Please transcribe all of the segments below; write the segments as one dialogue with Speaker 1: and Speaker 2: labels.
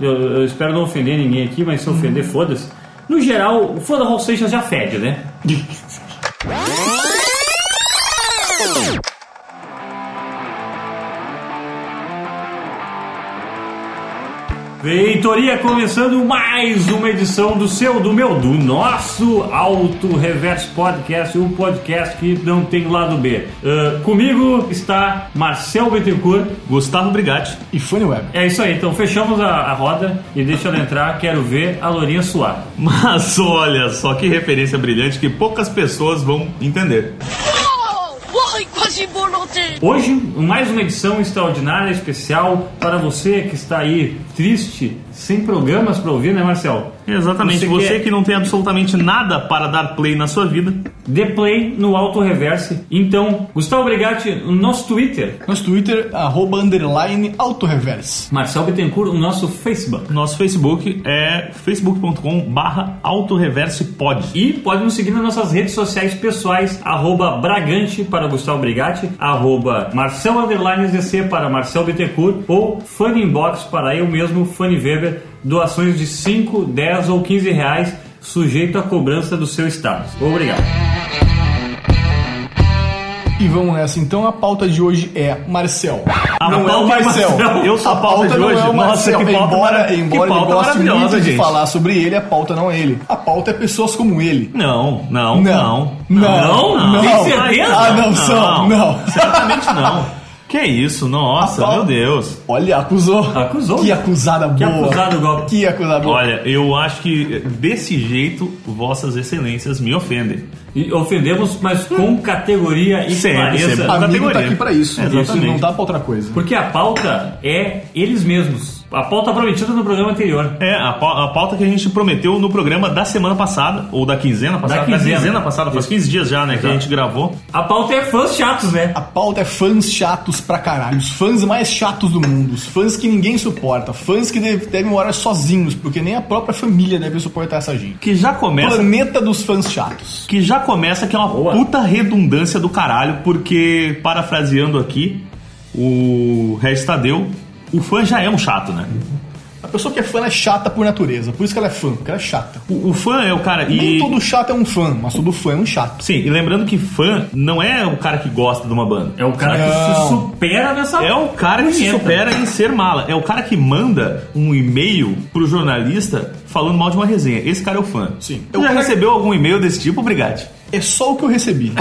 Speaker 1: Eu, eu espero não ofender ninguém aqui, mas se ofender, foda-se. No geral, o fã da Hall Seixas já fede, né? Feitoria começando mais uma edição do seu, do meu, do nosso Auto Reverso Podcast, o podcast que não tem lado B. Ah, comigo está Marcel Bettencourt,
Speaker 2: Gustavo Brigatti. E Fanny Web.
Speaker 1: É isso aí, então fechamos a, a roda e deixa ela entrar. Quero ver a Lourinha suar.
Speaker 2: Mas olha só que referência brilhante que poucas pessoas vão entender.
Speaker 3: Oh, Morre quase volante
Speaker 1: Hoje, mais uma edição extraordinária, especial para você que está aí triste, sem programas para ouvir, né, Marcel?
Speaker 2: Exatamente,
Speaker 1: Você
Speaker 2: você,
Speaker 1: quer-
Speaker 2: que não tem absolutamente nada para dar play na sua vida.
Speaker 1: The Play no Auto Reverse. Então, Gustavo Brigatti, o nosso Twitter,
Speaker 4: Nosso Twitter, arroba underline autoreverse.
Speaker 1: Marcel Bittencourt, o nosso Facebook.
Speaker 2: Nosso Facebook é facebook.com barra autoreversepod.
Speaker 1: E pode nos seguir nas nossas redes sociais pessoais, arroba Bragante para Gustavo Brigatti, arroba Marcel Underline ZC para Marcel Bittencourt ou Funny Inbox para eu mesmo, Fanny Weber, doações de 5, 10 ou 15 reais, sujeito à cobrança do seu status. Obrigado.
Speaker 4: E vamos nessa. Então a pauta de hoje é Marcel.
Speaker 2: A
Speaker 4: não é o
Speaker 2: pauta é
Speaker 4: Marcel.
Speaker 2: Marcel. Eu sou a pauta de
Speaker 4: não
Speaker 2: hoje.
Speaker 4: é o
Speaker 2: Nossa,
Speaker 4: Marcel.
Speaker 2: que pauta mara-
Speaker 4: embora
Speaker 2: que
Speaker 4: embora ele
Speaker 2: pauta
Speaker 4: goste
Speaker 2: maravilhosa,
Speaker 4: muito de
Speaker 2: gente.
Speaker 4: falar sobre ele, a pauta não é ele. A pauta é pessoas como ele.
Speaker 2: Não, não,
Speaker 4: Não.
Speaker 2: não.
Speaker 4: Não. Não.
Speaker 2: Tem
Speaker 1: certeza?
Speaker 4: Ah, não, são. Não.
Speaker 2: Certamente não. Que isso, nossa,
Speaker 4: A pau-
Speaker 2: meu Deus.
Speaker 4: Olha, acusou.
Speaker 1: Acusou.
Speaker 4: Que acusada
Speaker 1: Que
Speaker 4: boa.
Speaker 1: acusado golpe.
Speaker 4: Que acusada boa.
Speaker 2: Olha, eu acho que desse jeito, vossas excelências me ofendem.
Speaker 1: E ofendemos, mas com categoria e
Speaker 2: Sempre,
Speaker 1: clareza.
Speaker 2: sempre.
Speaker 4: Amigo tá
Speaker 2: categoria.
Speaker 4: aqui pra isso. Isso
Speaker 2: Exatamente.
Speaker 4: não tá pra outra coisa.
Speaker 1: Porque a pauta é eles mesmos. A pauta prometida no programa anterior.
Speaker 2: É, a, pau- a pauta que a gente prometeu no programa da semana passada, ou da quinzena passada,
Speaker 1: Da quinzena.
Speaker 2: passada, faz 15 dias já, né, que a gente gravou.
Speaker 1: A pauta é fãs chatos, né?
Speaker 4: A pauta é fãs chatos pra caralho. Os fãs mais chatos do mundo. Os fãs que ninguém suporta. Fãs que deve- devem morar sozinhos, porque nem a própria família deve suportar essa gente.
Speaker 2: Que já começa.
Speaker 4: Planeta dos fãs chatos.
Speaker 2: Que já começa que é uma
Speaker 1: Boa.
Speaker 2: puta redundância do caralho, porque, parafraseando aqui, o Regis Tadeu, o fã já é um chato, né?
Speaker 4: A pessoa que é fã ela é chata por natureza. Por isso que ela é fã, porque ela é chata.
Speaker 2: O, o fã é o cara. E,
Speaker 4: Nem todo chato é um fã, mas todo fã é um chato.
Speaker 2: Sim, e lembrando que fã não é o cara que gosta de uma banda.
Speaker 1: É o cara que se
Speaker 4: Não.
Speaker 1: supera nessa
Speaker 2: É o cara que se supera em ser mala. É o cara que manda um e-mail pro jornalista falando mal de uma resenha. Esse cara é o fã.
Speaker 4: Sim.
Speaker 2: Tu já recebeu algum e-mail desse tipo, Brigatti?
Speaker 4: É só o que eu recebi.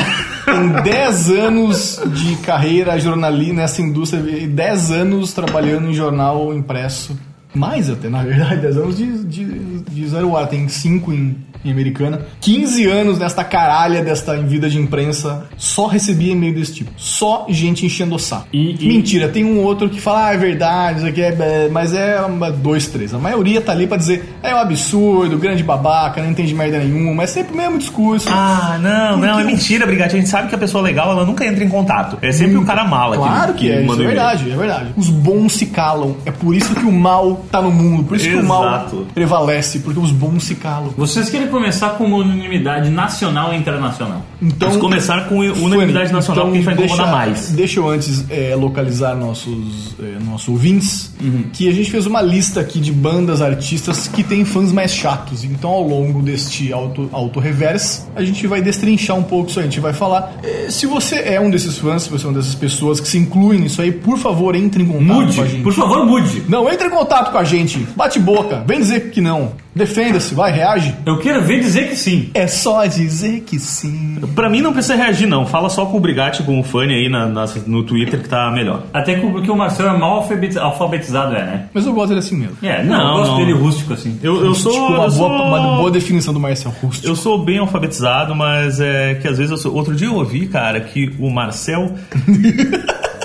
Speaker 4: Em 10 anos de carreira jornalista nessa indústria, e 10 anos trabalhando em jornal impresso. Mais até, na verdade, 10 anos de, de, de zero hora, tem 5 em, em americana. 15 anos nesta caralha desta vida de imprensa, só recebi e-mail desse tipo. Só gente enchendo o saco.
Speaker 1: E- e-
Speaker 4: Mentira, tem um outro que fala, ah, é verdade, isso aqui é. bé", Mas é uma- dois, três. A maioria tá ali pra dizer, é um absurdo, grande babaca, não entende merda nenhuma, é sempre o mesmo discurso.
Speaker 2: Ah, não, não, é mentira, Brigatti. A gente sabe que a pessoa legal, ela nunca entra em contato. É sempre o cara mala um
Speaker 4: Claro que, é, isso é
Speaker 2: e-mail.
Speaker 4: verdade, é verdade. Os bons se calam, é por isso que o mal tá no mundo, por isso que o mal
Speaker 2: Exato.
Speaker 4: prevalece, porque os bons se calam.
Speaker 1: Vocês querem começar com uma unanimidade nacional e internacional.
Speaker 4: Então,
Speaker 2: Vamos começar com unanimidade
Speaker 4: Fanny,
Speaker 2: nacional, porque a gente vai incomodar
Speaker 4: então, deixa-
Speaker 2: mais.
Speaker 4: Deixa eu antes é, localizar nossos, é, nossos ouvintes,
Speaker 2: Uhum.
Speaker 4: que a gente fez uma lista aqui de bandas, artistas que têm fãs mais chatos. Então, ao longo deste auto, auto reverse, a gente vai destrinchar um pouco isso aí. A gente vai falar. é, se você é um desses fãs, se você é uma dessas pessoas que se incluem nisso aí, por favor, entre em contato com a
Speaker 1: Mude,
Speaker 4: gente.
Speaker 1: por favor, mude.
Speaker 4: Não, entre em contato com a gente. Bate boca. Vem dizer que não. Defenda-se, vai, reage.
Speaker 1: Eu quero ver dizer que sim.
Speaker 4: É só dizer que sim.
Speaker 2: Pra mim não precisa reagir, não. Fala só com o Brigatti, com o Fanny aí na- nas- no Twitter que tá melhor.
Speaker 1: Até que- porque o Marcel é mal alfabeti- alfabetizado, é, né?
Speaker 4: Mas eu gosto dele assim mesmo.
Speaker 1: É, não,
Speaker 2: Não,
Speaker 1: eu gosto
Speaker 2: não.
Speaker 1: dele rústico assim.
Speaker 2: Eu, eu sou.
Speaker 4: tipo, uma,
Speaker 2: eu
Speaker 4: boa,
Speaker 2: sou-
Speaker 4: uma boa definição do Marcel Rusto.
Speaker 2: Eu sou bem alfabetizado, mas é que às vezes eu sou. Outro dia eu ouvi, cara, que o Marcel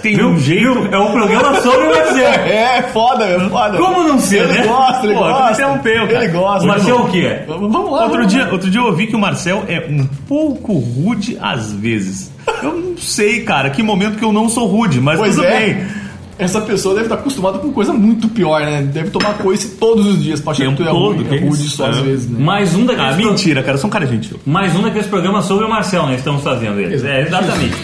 Speaker 2: tem um jeito.
Speaker 1: É um programa sobre o Marcel.
Speaker 4: É, foda, é foda.
Speaker 1: Como não ser,
Speaker 4: Ele
Speaker 1: né?
Speaker 4: gosta, ele
Speaker 2: Pô, tu me
Speaker 4: gosta.
Speaker 2: interrompeu, cara. é
Speaker 4: Ele gosta.
Speaker 1: O Marcel o quê?
Speaker 4: Vamos vamos lá.
Speaker 2: Outro
Speaker 4: vamos
Speaker 2: dia,
Speaker 4: lá.
Speaker 2: outro dia eu ouvi que o Marcel é um pouco rude às vezes. Eu não sei, cara, que momento que eu não sou rude, mas
Speaker 4: Pois
Speaker 2: tudo
Speaker 4: é.
Speaker 2: bem.
Speaker 4: Essa pessoa deve estar acostumada com coisa muito pior, né? Deve tomar coice todos os dias pra achar
Speaker 2: Tempo
Speaker 4: que tu é
Speaker 2: todo,
Speaker 4: ruim,
Speaker 2: que
Speaker 4: é rude
Speaker 2: isso,
Speaker 4: só às
Speaker 2: é.
Speaker 4: vezes, né?
Speaker 1: Mais um daqueles
Speaker 2: Ah,
Speaker 1: pro-
Speaker 2: mentira, cara, eu sou um cara gentil.
Speaker 1: Mais um daqueles programas sobre o Marcel, né? Estamos fazendo eles. É, exatamente.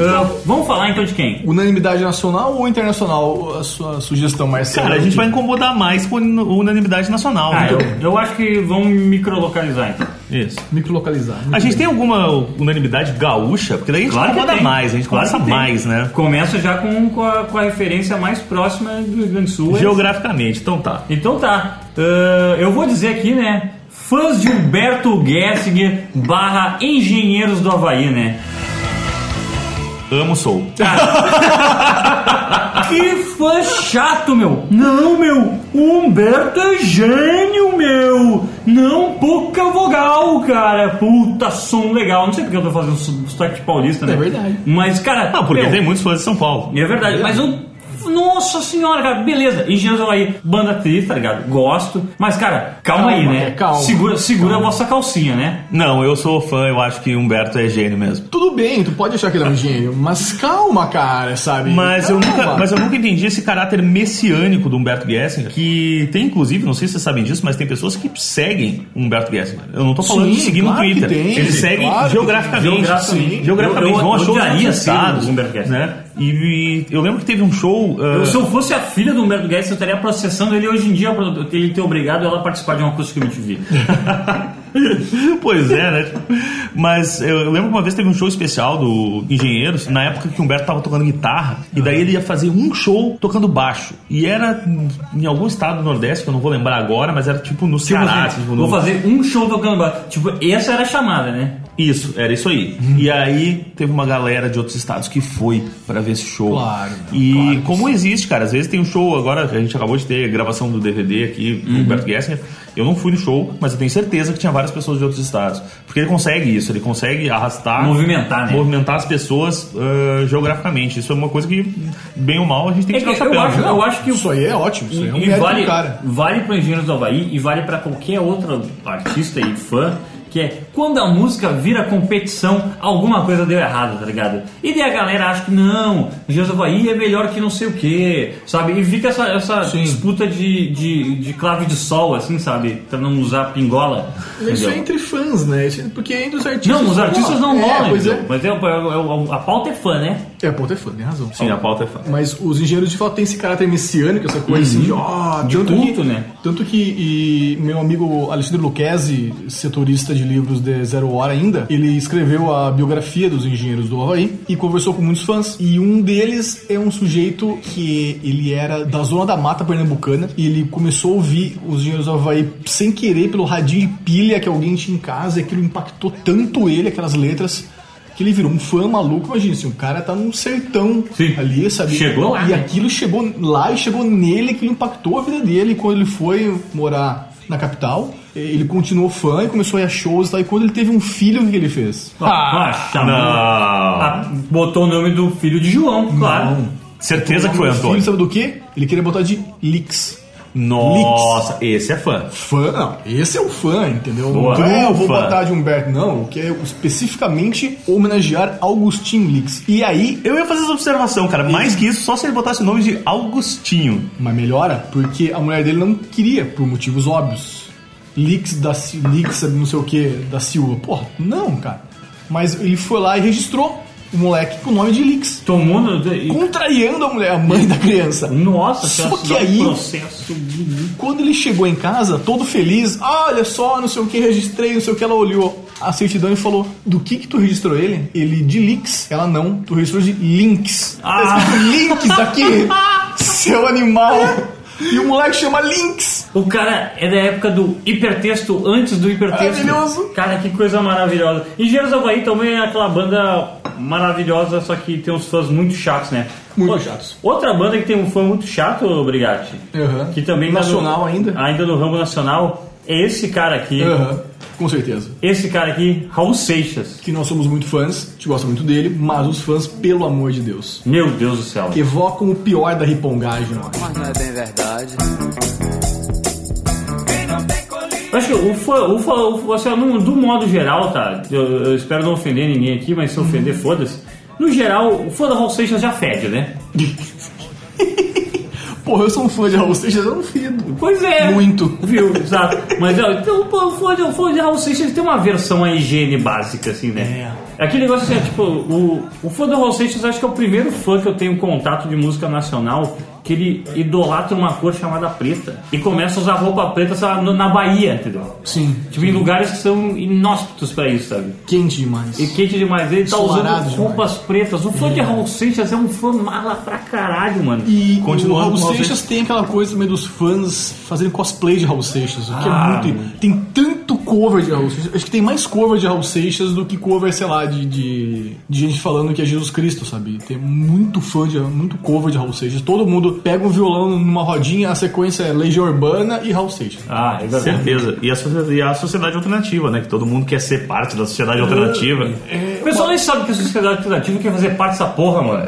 Speaker 1: Ah, vamos falar então de quem?
Speaker 4: Unanimidade nacional ou internacional? A sua sugestão, Marcelo.
Speaker 2: Cara, a gente vai incomodar mais com unanimidade nacional.
Speaker 1: é Ah,
Speaker 2: né?
Speaker 1: eu, eu acho que vão microlocalizar então.
Speaker 2: Isso.
Speaker 4: microlocalizar.
Speaker 2: A gente tem alguma unanimidade gaúcha? Porque daí a gente
Speaker 1: Claro que
Speaker 2: incomoda
Speaker 1: tem.
Speaker 2: mais, a gente
Speaker 1: Claro
Speaker 2: conversa
Speaker 1: que tem.
Speaker 2: mais, né?
Speaker 1: Começa já com, com, a, com a referência mais próxima do Rio Grande do Sul. é
Speaker 2: Geograficamente, então tá.
Speaker 1: Então tá. Ahn, eu vou dizer aqui, né? Fãs de Humberto Gessinger barra Engenheiros do Havaí, né?
Speaker 2: Amo sou.
Speaker 1: Que fã chato, meu! Não, meu! O Humberto é gênio, meu! Não pouca vogal, cara! Puta som legal! Não sei porque eu tô fazendo so- sotaque paulista, né?
Speaker 4: É verdade.
Speaker 1: Mas, cara.
Speaker 2: Ah, porque
Speaker 1: meu,
Speaker 2: tem muitos fãs de São Paulo.
Speaker 1: É verdade, mas eu. Nossa senhora, cara, beleza. Engenheiros do Havaí, banda tri, tá ligado? Gosto. Mas, cara, calma,
Speaker 4: Calma, é
Speaker 1: aí, né?
Speaker 4: calma.
Speaker 1: Segura, segura a vossa calcinha, né?
Speaker 2: Não, eu sou fã, eu acho que Humberto é gênio mesmo.
Speaker 4: Tudo bem, tu pode achar que ele é um gênio, mas calma, cara, sabe?
Speaker 2: Mas eu,
Speaker 1: Então,
Speaker 4: Calma.
Speaker 2: nunca, mas eu nunca entendi esse caráter messiânico do Humberto Gessinger, que tem, inclusive, não sei se vocês sabem disso, mas tem pessoas que seguem o Humberto Gessinger. Eu não tô falando
Speaker 4: Sim,
Speaker 2: de seguir
Speaker 4: claro
Speaker 2: no
Speaker 4: que
Speaker 2: Twitter.
Speaker 4: tem,
Speaker 2: Eles seguem
Speaker 4: claro que tem.
Speaker 2: geograficamente.
Speaker 1: Geograficamente.
Speaker 2: Sim, geograficamente,
Speaker 1: Eu- eu
Speaker 2: vão a shows
Speaker 1: odiaria
Speaker 2: nos
Speaker 1: ser o
Speaker 2: estados.
Speaker 1: Humberto Gessinger.
Speaker 2: Né? E, e eu lembro que teve um show. ah,
Speaker 1: Eu, se eu fosse a filha do Humberto Guedes, eu estaria processando ele hoje em dia pra ele ter obrigado ela a participar de um uma coisa que eu me tive.
Speaker 2: pois é, né? Tipo, Mas eu eu lembro que uma vez teve um show especial do Engenheiros, na época que o Humberto tava tocando guitarra, e daí ele ia fazer um show tocando baixo. E era em algum estado do Nordeste, que eu não vou lembrar agora, mas era tipo no
Speaker 1: Tipo
Speaker 2: Ceará.
Speaker 1: assim,
Speaker 2: tipo, no-
Speaker 1: vou fazer um show tocando baixo. Tipo, essa era a chamada, né?
Speaker 2: Isso, era isso aí.
Speaker 1: Uhum.
Speaker 2: E aí teve uma galera de outros estados que foi pra ver esse show.
Speaker 4: Claro,
Speaker 2: E como existe, cara, às vezes tem um show, agora a gente acabou de ter gravação do DVD aqui,
Speaker 1: Uhum.
Speaker 2: do Humberto Gessinger. Eu não fui no show, mas eu tenho certeza que tinha várias pessoas de outros estados. Porque ele consegue isso, ele consegue arrastar.
Speaker 1: Movimentar, né?
Speaker 2: Movimentar as pessoas ah, geograficamente. Isso é uma coisa que, bem ou mal, a gente tem
Speaker 1: É
Speaker 2: que
Speaker 1: que
Speaker 2: tirar o
Speaker 1: eu,
Speaker 2: chapéu.
Speaker 1: acho,
Speaker 2: né?
Speaker 1: eu acho que o
Speaker 4: Isso aí é ótimo, isso aí é um
Speaker 1: E- e
Speaker 4: mérito
Speaker 1: vale,
Speaker 4: do cara.
Speaker 1: vale para Engenheiros do Havaí e vale para qualquer outro artista e fã, que é quando a música vira competição, alguma coisa deu errado, tá ligado? E daí a galera acha que não, Engenheiros do Havaí é melhor que não sei o que, sabe? E fica essa, essa disputa de, de, de clave de sol, assim, sabe? Pra não usar pingola.
Speaker 4: Isso é
Speaker 1: entendeu?
Speaker 4: entre fãs, né? Porque entre os artistas.
Speaker 1: Não, os artistas não
Speaker 4: é,
Speaker 1: rolam,
Speaker 4: Pois
Speaker 1: entendeu?
Speaker 4: é.
Speaker 1: mas é, é- é- a pauta é fã, né?
Speaker 4: É, pô, tu é fã, tem razão.
Speaker 2: Sim, a pauta é fã.
Speaker 4: Mas os engenheiros de fato têm esse caráter messiânico, essa coisa assim de, ó,
Speaker 1: Uhum. De
Speaker 4: tanto
Speaker 1: culto,
Speaker 4: que,
Speaker 1: né?
Speaker 4: Tanto que e meu amigo Alexandre Lucchesi, setorista de livros de Zero Hora ainda, ele escreveu a biografia dos engenheiros do Havaí e conversou com muitos fãs. E um deles é um sujeito que ele era da zona da mata pernambucana e ele começou a ouvir os engenheiros do Havaí sem querer pelo radinho de pilha que alguém tinha em casa e aquilo impactou tanto ele, aquelas letras. Que ele virou um fã maluco, imagina, assim, o cara tá num sertão
Speaker 1: Sim.
Speaker 4: ali, sabe?
Speaker 1: Chegou lá,
Speaker 4: E
Speaker 1: né?
Speaker 4: aquilo chegou lá e chegou nele, aquilo impactou a vida dele quando ele foi morar na capital. Ele continuou fã e começou a ir a shows e tal. E quando ele teve um filho, o que ele fez?
Speaker 1: Ah, chamou-
Speaker 2: Não.
Speaker 1: Ah, botou o nome do filho de João, claro.
Speaker 2: Certeza que
Speaker 4: O
Speaker 2: foi
Speaker 4: nome do Um filho,
Speaker 2: Antônio.
Speaker 4: sabe do quê? Ele queria botar de Lix.
Speaker 2: Nossa, esse é fã.
Speaker 4: Fã, não, esse é o fã, entendeu?
Speaker 2: Boa.
Speaker 4: Não é eu vou
Speaker 2: Fã.
Speaker 4: botar de Humberto, não. Eu quero especificamente homenagear Augustin Lix. E aí,
Speaker 2: Eu ia fazer essa observação, cara. Mais que isso, só se ele botasse o nome de Augustinho.
Speaker 4: Mas melhora porque a mulher dele não queria, por motivos óbvios. Lix da Si- Lix, não sei o que, da Silva. Porra, não, cara. Mas ele foi lá e registrou o moleque com o nome de Lix.
Speaker 1: Tomou no. e-
Speaker 4: Contrariando a mulher, a mãe da criança.
Speaker 1: Nossa, senhora,
Speaker 4: Só que
Speaker 1: dá um
Speaker 4: aí,
Speaker 1: processo
Speaker 4: quando ele chegou em casa, todo feliz, "Ah, olha só, não sei o que, registrei, não sei o que, ela olhou a certidão e falou: Do que que tu registrou ele? Ele de Lix. Ela não, tu registrou de Lynx.
Speaker 1: Ah.
Speaker 4: Tá escrito Lynx aqui, seu animal. E o moleque chama Lynx.
Speaker 1: O cara é da época do hipertexto antes do hipertexto.
Speaker 4: Maravilhoso.
Speaker 1: Cara, que coisa maravilhosa. Engenheiros do Havaí também é aquela banda maravilhosa, só que tem uns fãs muito chatos, né?
Speaker 4: Muito
Speaker 1: Ô,
Speaker 4: chatos.
Speaker 1: Outra banda que tem um fã muito chato, Brigatti.
Speaker 4: Aham.
Speaker 1: Que também tá no-
Speaker 4: Nacional ainda.
Speaker 1: Ainda no ramo nacional. É esse cara aqui.
Speaker 4: Aham, com certeza.
Speaker 1: Esse cara aqui, Raul Seixas.
Speaker 4: Que nós somos muito fãs, a gente gosta muito dele, mas os fãs, pelo amor de Deus,
Speaker 1: Meu Deus do céu.
Speaker 4: evocam o pior da ripongagem, eu acho.
Speaker 5: Mas não é bem verdade.
Speaker 1: Eu Acho que o fã, o fã, o fã- assim, ó, no- do modo geral, tá? Eu, eu espero não ofender ninguém aqui, mas se ofender, foda-se. No geral, o fã da Raul Seixas já fede, né?
Speaker 4: Porra, eu sou um fã de Raul Seixas, eu não fido.
Speaker 1: Pois é.
Speaker 4: Muito.
Speaker 1: Viu, exato. Mas ó, então, pô, folha, folha, Raul Seixas tem uma versão à higiene básica, assim, né? É. Aquele negócio assim, é, tipo, o, o fã do Raul Seixas acho que é o primeiro fã que eu tenho contato de música nacional que ele idolatra uma cor chamada preta e começa a usar roupa preta sei lá, no- na Bahia, entendeu?
Speaker 4: Sim.
Speaker 1: Tipo, em lugares que são inóspitos pra isso, sabe?
Speaker 4: Quente demais.
Speaker 1: E quente demais, ele tá
Speaker 4: Ensolarado
Speaker 1: usando roupas pretas. O fã de Raul Seixas é um fã mala pra caralho, mano.
Speaker 4: E
Speaker 2: Continuando
Speaker 4: o Raul
Speaker 2: com o Raul
Speaker 4: Seixas
Speaker 1: né?
Speaker 2: Seixas.
Speaker 4: tem aquela coisa também dos fãs fazerem cosplay de Raul Seixas, o que
Speaker 1: Ah,
Speaker 4: é muito. Tem tanto cover de Raul Seixas. Acho que tem mais cover de Raul Seixas do que cover, sei lá, de, de, de gente falando que é Jesus Cristo, sabe? Tem muito fã de muito cover de Raul Seixas. Todo mundo pega um violão numa rodinha, a sequência é Legião Urbana e Raul Seixas.
Speaker 1: Ah, é verdade.
Speaker 2: Certeza. E a, socie- e a sociedade alternativa, né? Que todo mundo quer ser parte da sociedade alternativa.
Speaker 1: O pessoal nem sabe que a sociedade alternativa quer fazer parte dessa porra, mano.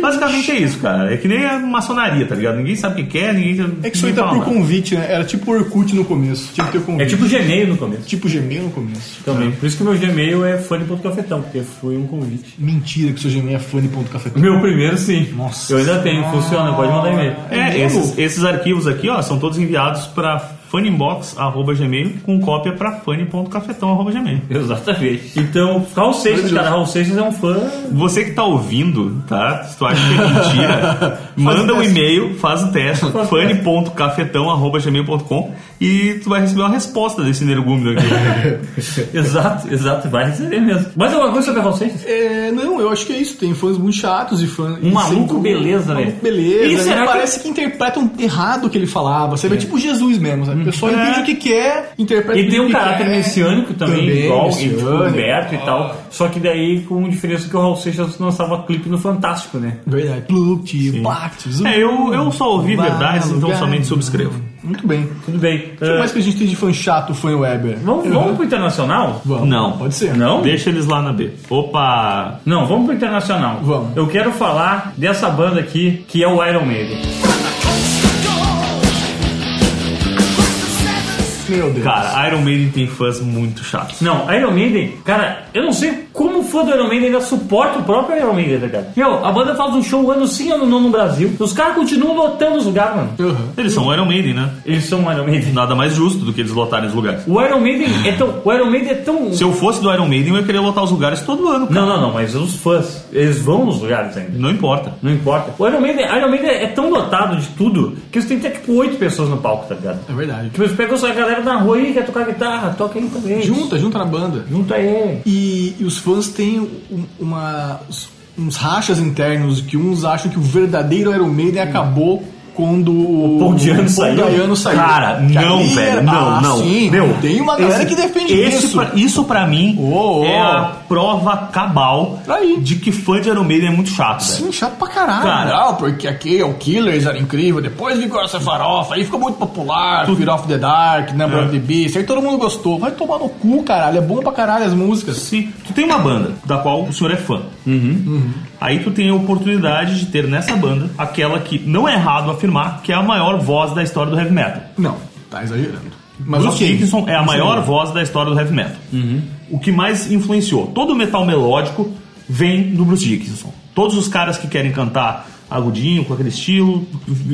Speaker 2: Basicamente é isso, cara. É que nem a maçonaria, tá ligado? Ninguém sabe o que quer, ninguém.
Speaker 4: É que isso aí
Speaker 2: ninguém
Speaker 4: tá
Speaker 2: fala
Speaker 4: por
Speaker 2: nada.
Speaker 4: convite, né? Era tipo Orkut no começo. Tinha que ter convite.
Speaker 1: É tipo Gmail no começo.
Speaker 4: tipo Gmail no começo.
Speaker 1: Também. Por isso que meu Gmail é fã.cafetão, porque foi um convite.
Speaker 4: Mentira que seu Gmail é fone.cafetão.
Speaker 1: Meu primeiro, sim.
Speaker 4: Nossa.
Speaker 1: Eu ainda tenho, funciona, pode mandar e-mail.
Speaker 2: É, esses, esses arquivos aqui, ó, são todos enviados pra funinbox.gmail com cópia pra funny.cafetão.gmail.
Speaker 1: Exatamente. Então, Raul Seixas, cara, Raul Seixas é um fã.
Speaker 2: Você que tá ouvindo, tá? Se tu acha que é mentira, manda um e-mail, faz o teste, funny.cafetão.gmail.com e tu vai receber uma resposta desse energúmeno aqui.
Speaker 1: Exato, exato, vai receber mesmo. Mais alguma coisa sobre Raul Seixas?
Speaker 4: É, não, eu acho que é isso. Tem fãs muito chatos e fãs.
Speaker 1: Um maluco beleza, né?
Speaker 4: né? Beleza.
Speaker 1: E
Speaker 4: E
Speaker 1: será que-
Speaker 4: parece que... interpretam errado o que ele falava. Sabe? É tipo Jesus mesmo. Sabe? O pessoal entende o que quer, interpreta
Speaker 1: Uhum. E
Speaker 4: o
Speaker 1: tem um
Speaker 4: que
Speaker 1: caráter
Speaker 4: quer.
Speaker 1: messiânico também,
Speaker 4: Também,
Speaker 1: igual, e tipo,
Speaker 4: messiânico.
Speaker 1: Humberto e tal. Só que daí com diferença que o Raul Seixas lançava clipe no Fantástico, né?
Speaker 4: Verdade. Plute, Bactis.
Speaker 2: É, eu, eu só ouvi
Speaker 4: Vai,
Speaker 2: verdades, então
Speaker 4: lugar
Speaker 2: somente
Speaker 4: nenhum.
Speaker 2: subscrevo.
Speaker 4: Muito bem. O
Speaker 1: Tudo bem.
Speaker 4: que
Speaker 1: Ah,
Speaker 4: mais que a gente tem de fã chato, fã Weber?
Speaker 1: vamos, vamos pro internacional?
Speaker 4: Vamos.
Speaker 2: Não.
Speaker 4: Pode ser.
Speaker 1: Não?
Speaker 2: Então, Deixa eles lá na B. Opa!
Speaker 1: Não, vamos pro internacional.
Speaker 4: Vamos.
Speaker 1: Eu quero falar dessa banda aqui, que é o Iron Maiden.
Speaker 4: Meu Deus.
Speaker 2: Cara, Iron Maiden tem fãs muito chatos.
Speaker 1: Não, Iron Maiden, cara, eu não sei como fã do Iron Maiden ainda suporta o próprio Iron Maiden, tá ligado? Meu, a banda faz um show ano sim, ano não no Brasil. Os caras continuam lotando os lugares, mano.
Speaker 4: Uhum.
Speaker 2: Eles são Iron Maiden, né?
Speaker 1: Eles são Iron Maiden.
Speaker 2: Nada mais justo do que eles lotarem os lugares.
Speaker 1: O Iron Maiden é tão. O Iron Maiden é tão.
Speaker 2: Se eu fosse do Iron Maiden, eu ia querer lotar os lugares todo ano. cara.
Speaker 1: Não, não, não, mas os fãs, eles vão nos lugares ainda.
Speaker 2: Não importa.
Speaker 1: Não importa. O Iron Maiden, Iron Maiden é tão lotado de tudo que você tem até tipo oito pessoas no palco, tá ligado?
Speaker 4: É verdade.
Speaker 1: Tipo, você pega só a galera da rua aí, quer tocar guitarra, toca aí também.
Speaker 4: Junta, junta na banda.
Speaker 1: Junta aí.
Speaker 4: E, e os fãs têm um- uma- uns rachas internos que uns acham que o verdadeiro Iron Maiden acabou quando o
Speaker 1: Paul Diano
Speaker 4: o Paul
Speaker 1: saiu?
Speaker 4: Diano saiu.
Speaker 2: Cara,
Speaker 4: Que
Speaker 2: não,
Speaker 4: ali
Speaker 2: velho,
Speaker 4: era-
Speaker 2: não,
Speaker 4: Ah,
Speaker 2: não.
Speaker 4: Sim,
Speaker 2: Meu,
Speaker 4: tem uma galera que defende
Speaker 2: Esse
Speaker 4: isso.
Speaker 2: pra- isso pra mim
Speaker 4: Ô, ô.
Speaker 2: é a prova cabal
Speaker 4: Aí.
Speaker 2: de que fã de Iron Maiden é muito chato, velho.
Speaker 4: Sim, chato pra caralho.
Speaker 2: Cara.
Speaker 4: Não, porque aqui é o Killers era incrível, depois virou essa farofa, aí ficou muito popular, Fear of the Dark, Number of the
Speaker 2: É.
Speaker 4: Beast, aí todo mundo gostou. Vai tomar no cu, caralho, é bom pra caralho as músicas.
Speaker 2: Se tu tem uma banda da qual o senhor é fã,
Speaker 4: Uhum.
Speaker 2: uhum. aí tu tem a oportunidade de ter nessa banda aquela que não é errado afirmar que é a maior voz da história do heavy metal.
Speaker 4: Não, tá exagerando. Mas
Speaker 2: Bruce
Speaker 4: ok.
Speaker 2: Dickinson é a
Speaker 4: Isso
Speaker 2: maior
Speaker 4: aí.
Speaker 2: voz da história do heavy metal.
Speaker 1: Uhum.
Speaker 2: O que mais influenciou todo o metal melódico vem do Bruce Dickinson. Todos os caras que querem cantar agudinho, com aquele estilo,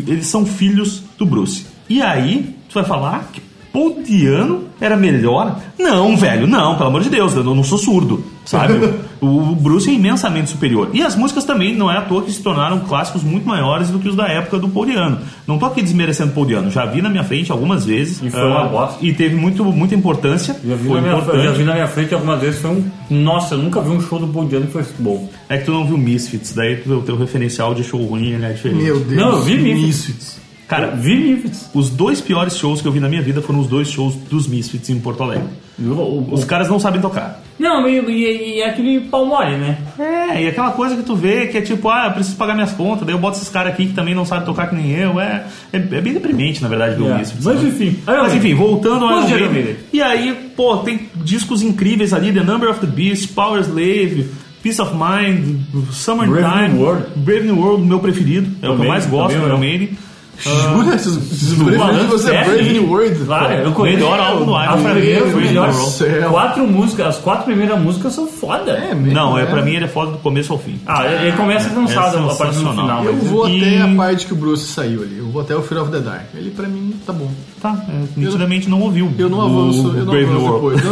Speaker 2: eles são filhos do Bruce. E aí, tu vai falar que Pontiano era melhor? Não, velho, não, pelo amor de Deus, eu não sou surdo, sabe? o Bruce é imensamente superior. E as músicas também não é à toa que se tornaram clássicos muito maiores do que os da época do Pauliano. Não tô aqui desmerecendo Pauliano, já vi na minha frente algumas vezes.
Speaker 1: E foi uma
Speaker 2: ah,
Speaker 1: bosta.
Speaker 2: e teve muito, muita importância.
Speaker 1: Já vi,
Speaker 2: foi
Speaker 1: na minha,
Speaker 2: importante.
Speaker 1: já vi na minha frente algumas vezes, foi um. Nossa, eu nunca vi um show do Paul Diano que foi bom.
Speaker 2: É que tu não viu Misfits, daí o teu referencial de show ruim ele é diferente.
Speaker 4: Meu Deus.
Speaker 1: Não, eu vi
Speaker 4: Misfits.
Speaker 2: Cara,
Speaker 1: Vi Misfits.
Speaker 2: os dois piores shows que eu vi na minha vida foram os dois shows dos Misfits em Porto Alegre.
Speaker 1: O- o-
Speaker 2: Os
Speaker 1: o-
Speaker 2: caras não sabem tocar.
Speaker 1: Não, e, e- e é aquele pau mole, né?
Speaker 2: É, e aquela coisa que tu vê que é tipo, ah, eu preciso pagar minhas contas, daí eu boto esses caras aqui que também não sabem tocar que nem eu. É, é, é bem deprimente, na verdade, ver o
Speaker 1: Yeah.
Speaker 2: Misfits.
Speaker 1: É. Mas
Speaker 2: né?
Speaker 1: enfim. Iron
Speaker 2: Mas
Speaker 1: Maiden.
Speaker 2: enfim, voltando ao
Speaker 1: Vamos de
Speaker 2: Iron
Speaker 1: Iron
Speaker 2: Maiden.
Speaker 1: Maiden.
Speaker 2: E aí, pô, tem discos incríveis ali, The Number of the Beast, Power Slave, Peace of Mind, Summertime,
Speaker 1: Brave New World.
Speaker 2: Brave New World, meu preferido, é o que eu
Speaker 1: Também,
Speaker 2: mais gosto
Speaker 1: também é.
Speaker 2: do Iron
Speaker 1: eu.
Speaker 2: Maiden.
Speaker 4: Jura? Esses- esses
Speaker 6: Malandro,
Speaker 4: Brave New- você Ah. é
Speaker 6: sério?
Speaker 4: Brave New World?
Speaker 6: Claro, eu conheço.
Speaker 2: Melhor álbum do
Speaker 6: A
Speaker 2: Iron
Speaker 6: primeira,
Speaker 2: Maiden,
Speaker 6: o
Speaker 2: Freeze
Speaker 6: melhor.
Speaker 2: the Roll.
Speaker 4: Céu.
Speaker 6: Quatro músicas, as quatro primeiras músicas são foda.
Speaker 4: É mesmo,
Speaker 2: Não, é,
Speaker 4: né?
Speaker 2: pra mim ele é foda do começo ao fim.
Speaker 6: Ah, ele ele começa cansado a partir do
Speaker 2: sensacional.
Speaker 6: final.
Speaker 4: É, Eu
Speaker 6: mas-
Speaker 4: vou
Speaker 2: E-
Speaker 4: até a parte que o Bruce saiu ali. Eu vou até o Fear of the Dark. Ele pra mim tá bom.
Speaker 2: Tá, é, nitidamente não ouviu.
Speaker 4: Eu não
Speaker 2: o
Speaker 4: avanço, eu não
Speaker 2: Brave New
Speaker 4: avanço
Speaker 2: World.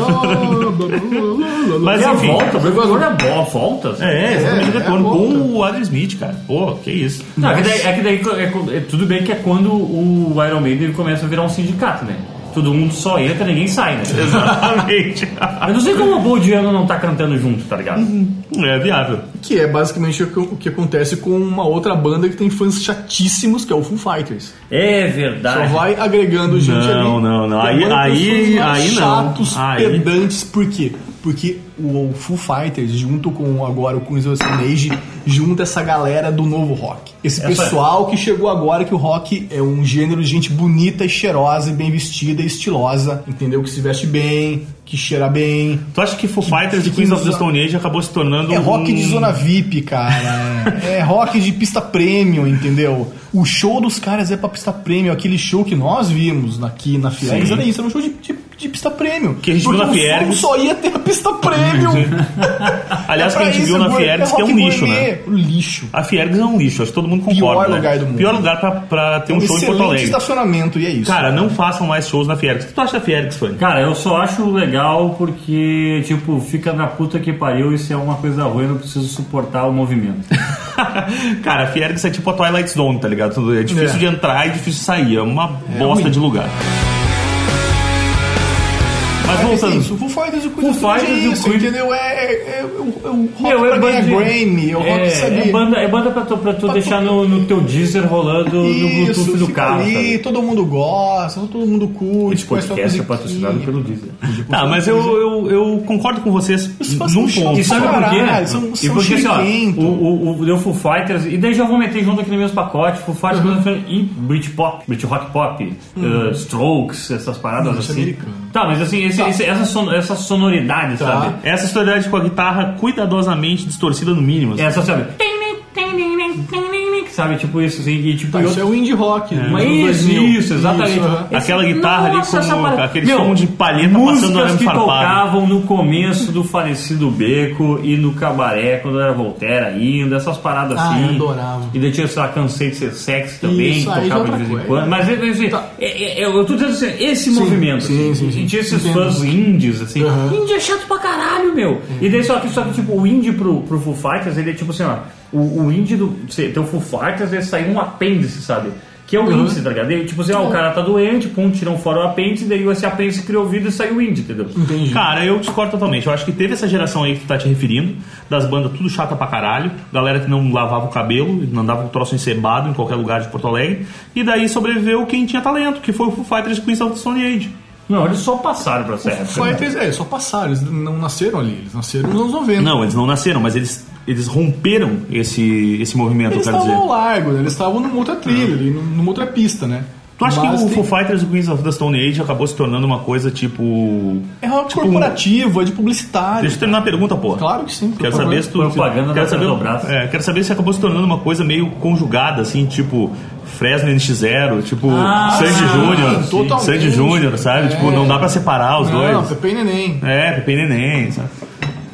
Speaker 4: depois. Não,
Speaker 2: Mas
Speaker 6: E a
Speaker 2: enfim.
Speaker 6: volta, o Brave World é boa, a volta.
Speaker 2: É, é,
Speaker 4: é
Speaker 2: exatamente o retorno
Speaker 4: a volta.
Speaker 2: com o Adam Smith, cara. Pô, que isso.
Speaker 6: Não, é que daí, é que daí co- é co- é tudo bem que é quando o Iron Maiden ele começa a virar um sindicato, né? Todo mundo só entra, ninguém sai, né?
Speaker 2: Exatamente.
Speaker 6: Eu não sei como o Bo Diano não tá cantando junto, tá ligado?
Speaker 4: Uhum.
Speaker 2: é viável.
Speaker 4: Que é basicamente o que, o que acontece com uma outra banda que tem fãs chatíssimos, que é o Foo Fighters.
Speaker 6: É verdade.
Speaker 4: Só vai agregando gente ali.
Speaker 2: Não, não, não.
Speaker 4: Tem
Speaker 2: Aí-
Speaker 4: uma das
Speaker 2: aí-
Speaker 4: pessoas mais
Speaker 2: aí não.
Speaker 4: chatos,
Speaker 2: Aí-
Speaker 4: pedantes, por quê? Porque o Foo Fighters, junto com agora o Queens of the Stone Age, junta essa galera do novo rock. Esse
Speaker 6: Essa-
Speaker 4: pessoal que chegou agora que o rock é um gênero de gente bonita, cheirosa, e bem vestida, e estilosa, entendeu? Que se veste bem, que cheira bem.
Speaker 2: Tu acha que Foo Fighters e Queens of the Stone Age acabou se tornando
Speaker 4: É rock
Speaker 2: um-
Speaker 4: de zona VIP, cara. É rock de pista premium, entendeu? O show dos caras é pra pista premium. Aquele show que nós vimos aqui na Fiergs
Speaker 2: Sim.
Speaker 4: era isso, era um show de, de, de pista premium.
Speaker 2: Que a gente
Speaker 4: Porque
Speaker 2: viu na
Speaker 4: o som
Speaker 2: Fiergs.
Speaker 4: só ia ter a pista premium.
Speaker 2: Aliás,
Speaker 4: É
Speaker 2: que a
Speaker 4: pra
Speaker 2: gente
Speaker 4: isso,
Speaker 2: viu na
Speaker 4: é
Speaker 2: Fiergs, que é um
Speaker 4: rock
Speaker 2: lixo,
Speaker 4: gourmet.
Speaker 2: né?
Speaker 4: Lixo.
Speaker 2: A Fiergs é um lixo, acho que todo mundo concorda.
Speaker 4: Pior
Speaker 2: né?
Speaker 4: lugar do mundo.
Speaker 2: Pior lugar pra, pra ter um show em Porto
Speaker 4: Excelente
Speaker 2: Alegre.
Speaker 4: estacionamento, e é isso.
Speaker 2: Cara, não façam mais shows na Fiergs. O que tu acha da Fiergs, Fanny?
Speaker 6: Cara, eu só acho legal porque, tipo, fica na puta que pariu e se é uma coisa ruim eu não preciso suportar o movimento.
Speaker 2: Cara, a Fiergs é tipo a Twilight Zone, tá ligado? É difícil
Speaker 4: É.
Speaker 2: de entrar e difícil de sair. É uma bosta de lugar. Mas
Speaker 4: É
Speaker 2: voltando.
Speaker 4: isso, o Foo Fighters e o Queen
Speaker 6: Foo
Speaker 4: of the Stone Age
Speaker 6: Fighters e
Speaker 4: é
Speaker 6: o
Speaker 4: isso,
Speaker 6: Queen-
Speaker 4: entendeu? É, é, é, o- é o rock
Speaker 6: Meu,
Speaker 2: um
Speaker 4: pra ganhar
Speaker 6: de-
Speaker 4: Grammy, é o rock
Speaker 6: é,
Speaker 4: saber.
Speaker 6: é banda, é banda pra tu, pra tu
Speaker 4: Pra
Speaker 6: deixar
Speaker 4: tu-
Speaker 6: no, no teu deezer rolando
Speaker 4: Isso,
Speaker 6: no Bluetooth do
Speaker 4: fica
Speaker 6: carro.
Speaker 4: ali,
Speaker 6: sabe?
Speaker 4: todo mundo gosta, todo mundo curte.
Speaker 6: Esse
Speaker 4: conhece uma
Speaker 6: podcast é
Speaker 4: musiquinha.
Speaker 6: patrocinado pelo Deezer.
Speaker 2: Tá, mas eu, eu, eu concordo com vocês
Speaker 4: fãs
Speaker 2: num
Speaker 4: são
Speaker 2: ponto.
Speaker 6: E sabe por quê?
Speaker 4: Caralho, são-
Speaker 6: e
Speaker 4: são
Speaker 6: porque assim, ó,
Speaker 4: chiliquento.
Speaker 6: o, o, o, deu Foo Fighters, e daí já vou meter junto aqui no mesmo pacote, Foo Fighters
Speaker 4: Uhum.
Speaker 6: e Britpop, Britrock Pop, eh, Strokes, essas paradas
Speaker 4: Não, isso é
Speaker 6: assim.
Speaker 4: Uhum. americano.
Speaker 6: Tá, mas assim, esse,
Speaker 4: Tá.
Speaker 6: esse- essa, son- essa sonoridade,
Speaker 4: Tá.
Speaker 6: sabe?
Speaker 2: Essa sonoridade com a guitarra cuidadosamente distorcida no mínimo.
Speaker 4: É.
Speaker 2: assim.
Speaker 6: Essa, sabe? Sabe, tipo isso, assim, e tipo...
Speaker 4: Tá,
Speaker 6: e
Speaker 4: isso é o indie rock. dos
Speaker 6: Mas
Speaker 4: anos
Speaker 6: isso,
Speaker 4: 2000.
Speaker 6: isso, exatamente.
Speaker 4: aham.
Speaker 6: Esse-
Speaker 2: Aquela guitarra ali
Speaker 6: Nossa,
Speaker 2: com
Speaker 6: essa parada-
Speaker 2: aquele som de palheta passando no
Speaker 6: músicas
Speaker 2: arame
Speaker 6: que
Speaker 2: farpado.
Speaker 6: tocavam no começo do falecido Beco e no Cabaré, quando era Voltaire ainda, essas paradas
Speaker 4: Ah,
Speaker 6: assim.
Speaker 4: eu adorava.
Speaker 6: E daí tinha, sei lá, Cansei de Ser Sexy também,
Speaker 4: Isso,
Speaker 6: que
Speaker 4: aí já é
Speaker 6: tocava de
Speaker 4: outra
Speaker 6: vez em
Speaker 4: coisa.
Speaker 6: quando. Mas assim,
Speaker 4: Tá.
Speaker 6: é- é- eu tô dizendo assim, esse movimento.
Speaker 4: sim,
Speaker 6: assim,
Speaker 4: sim,
Speaker 6: e tinha esses
Speaker 4: sim.
Speaker 6: fãs indies, assim.
Speaker 4: Aham.
Speaker 6: Indie é chato pra caralho, meu. E daí só que, só que, tipo, o indie pro, pro Foo Fighters, ele é tipo assim, ó. O, o indie do. Você tem o Foo Fighters, ele saiu um apêndice, sabe? Que é o índice, tá ligado? E, tipo assim, ó, o cara tá doente, pum, tiram fora o apêndice, daí esse apêndice criou vida e saiu o indie, entendeu?
Speaker 4: Entendi.
Speaker 2: Cara, eu discordo totalmente. Eu acho que teve essa geração aí que tu tá te referindo, das bandas tudo chata pra caralho, galera que não lavava o cabelo, não andava um troço encebado em qualquer lugar de Porto Alegre, e daí sobreviveu quem tinha talento, que foi o Foo Fighters Queens of the Stone Age.
Speaker 6: Não, eles só passaram pra essa época.
Speaker 4: Fighters, é, só passaram, eles não nasceram ali, eles nasceram nos anos 90.
Speaker 2: Não, eles não nasceram, mas eles, eles romperam esse, esse movimento,
Speaker 4: Eles
Speaker 2: eu quero
Speaker 4: estavam
Speaker 2: dizer.
Speaker 4: ao largo, né? eles estavam numa outra trilha, ali, numa outra pista, né?
Speaker 2: Tu acha
Speaker 4: Mas
Speaker 2: que o
Speaker 4: tem-
Speaker 2: Foo Fighters e Queens of the Stone Age acabou se tornando uma coisa tipo.
Speaker 4: É rock corporativo, é de publicitário.
Speaker 2: Deixa eu terminar a pergunta, porra.
Speaker 4: Claro que sim. por
Speaker 2: Quero
Speaker 4: favor.
Speaker 2: saber se tu.
Speaker 6: Propaganda
Speaker 2: quero
Speaker 6: da
Speaker 2: saber,
Speaker 6: Petrobras.
Speaker 2: é, quero saber se acabou se tornando uma coisa meio conjugada, assim, tipo Fresno NX0, tipo Sandy Júnior.
Speaker 4: Ah, totalmente.
Speaker 2: Sandy Júnior, sabe?
Speaker 4: É.
Speaker 2: Tipo, não dá pra separar os
Speaker 4: Não,
Speaker 2: dois.
Speaker 4: Pepe e Neném.
Speaker 2: É, Pepe e Neném, sabe?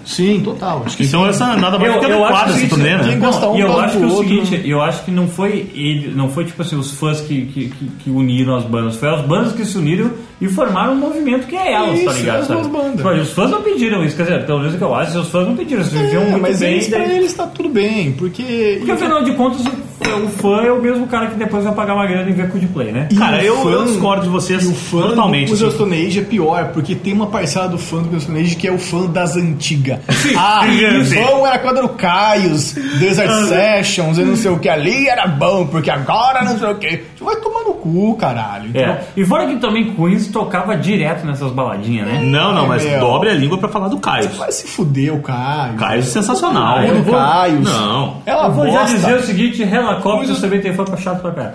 Speaker 4: Sim, total. Acho que
Speaker 2: Então essa nada mais
Speaker 6: Eu-
Speaker 2: do que
Speaker 6: eu acho
Speaker 2: adequada
Speaker 6: que
Speaker 2: esse
Speaker 6: isso-
Speaker 2: turnê, né?
Speaker 4: quem
Speaker 6: Não,
Speaker 4: gosta um,
Speaker 6: e eu
Speaker 4: gosta
Speaker 6: acho que
Speaker 4: do
Speaker 6: é o
Speaker 4: outro.
Speaker 6: seguinte, eu acho que não foi ele, não foi tipo assim, os fãs que, que, que, que uniram as bandas, foi as bandas que se uniram e formaram um movimento que é elas, tá
Speaker 4: Isso,
Speaker 6: ligado?
Speaker 4: as
Speaker 6: sabe?
Speaker 4: duas bandas.
Speaker 6: Tipo, os fãs não pediram isso, quer dizer, pelo menos o que eu acho, os fãs não pediram, eles viviam
Speaker 2: um
Speaker 4: É,
Speaker 6: muito
Speaker 4: mas
Speaker 6: bem.
Speaker 4: eles, pra
Speaker 6: daí-
Speaker 4: eles tá tudo bem, porque...
Speaker 6: Porque afinal de contas, o o fã é o mesmo cara que depois vai pagar uma grana e ver Coldplay, né?
Speaker 4: E
Speaker 2: Cara,
Speaker 4: o
Speaker 2: eu- eu
Speaker 4: fã-
Speaker 2: discordo de vocês
Speaker 4: e o fã
Speaker 2: totalmente,
Speaker 4: do Queens of
Speaker 2: assim.
Speaker 4: Stone Age é pior, porque tem uma parcela do fã do Queens of Stone Age que é o fã das antigas.
Speaker 2: Sim,
Speaker 4: Ah, o
Speaker 2: sim.
Speaker 4: bom era quando era o Caios, Desert Sessions, eu não sei o que ali era bom, porque agora não sei o que. Tu vai tomar no cu, caralho. entendeu?
Speaker 6: É. E fora que também Queens tocava direto nessas baladinhas, né?
Speaker 2: Não, não, mas
Speaker 4: meu.
Speaker 2: dobre a língua pra falar do Caio.
Speaker 4: Vai se fuder o Caio.
Speaker 2: Caio é sensacional.
Speaker 6: Ah, eu
Speaker 4: o
Speaker 6: vou-
Speaker 4: Caio.
Speaker 2: Não.
Speaker 4: É uma
Speaker 6: Eu vou já
Speaker 4: bosta.
Speaker 6: dizer o seguinte, Helicóptero
Speaker 4: Queens-
Speaker 6: também tem fã pra chato pra caralho.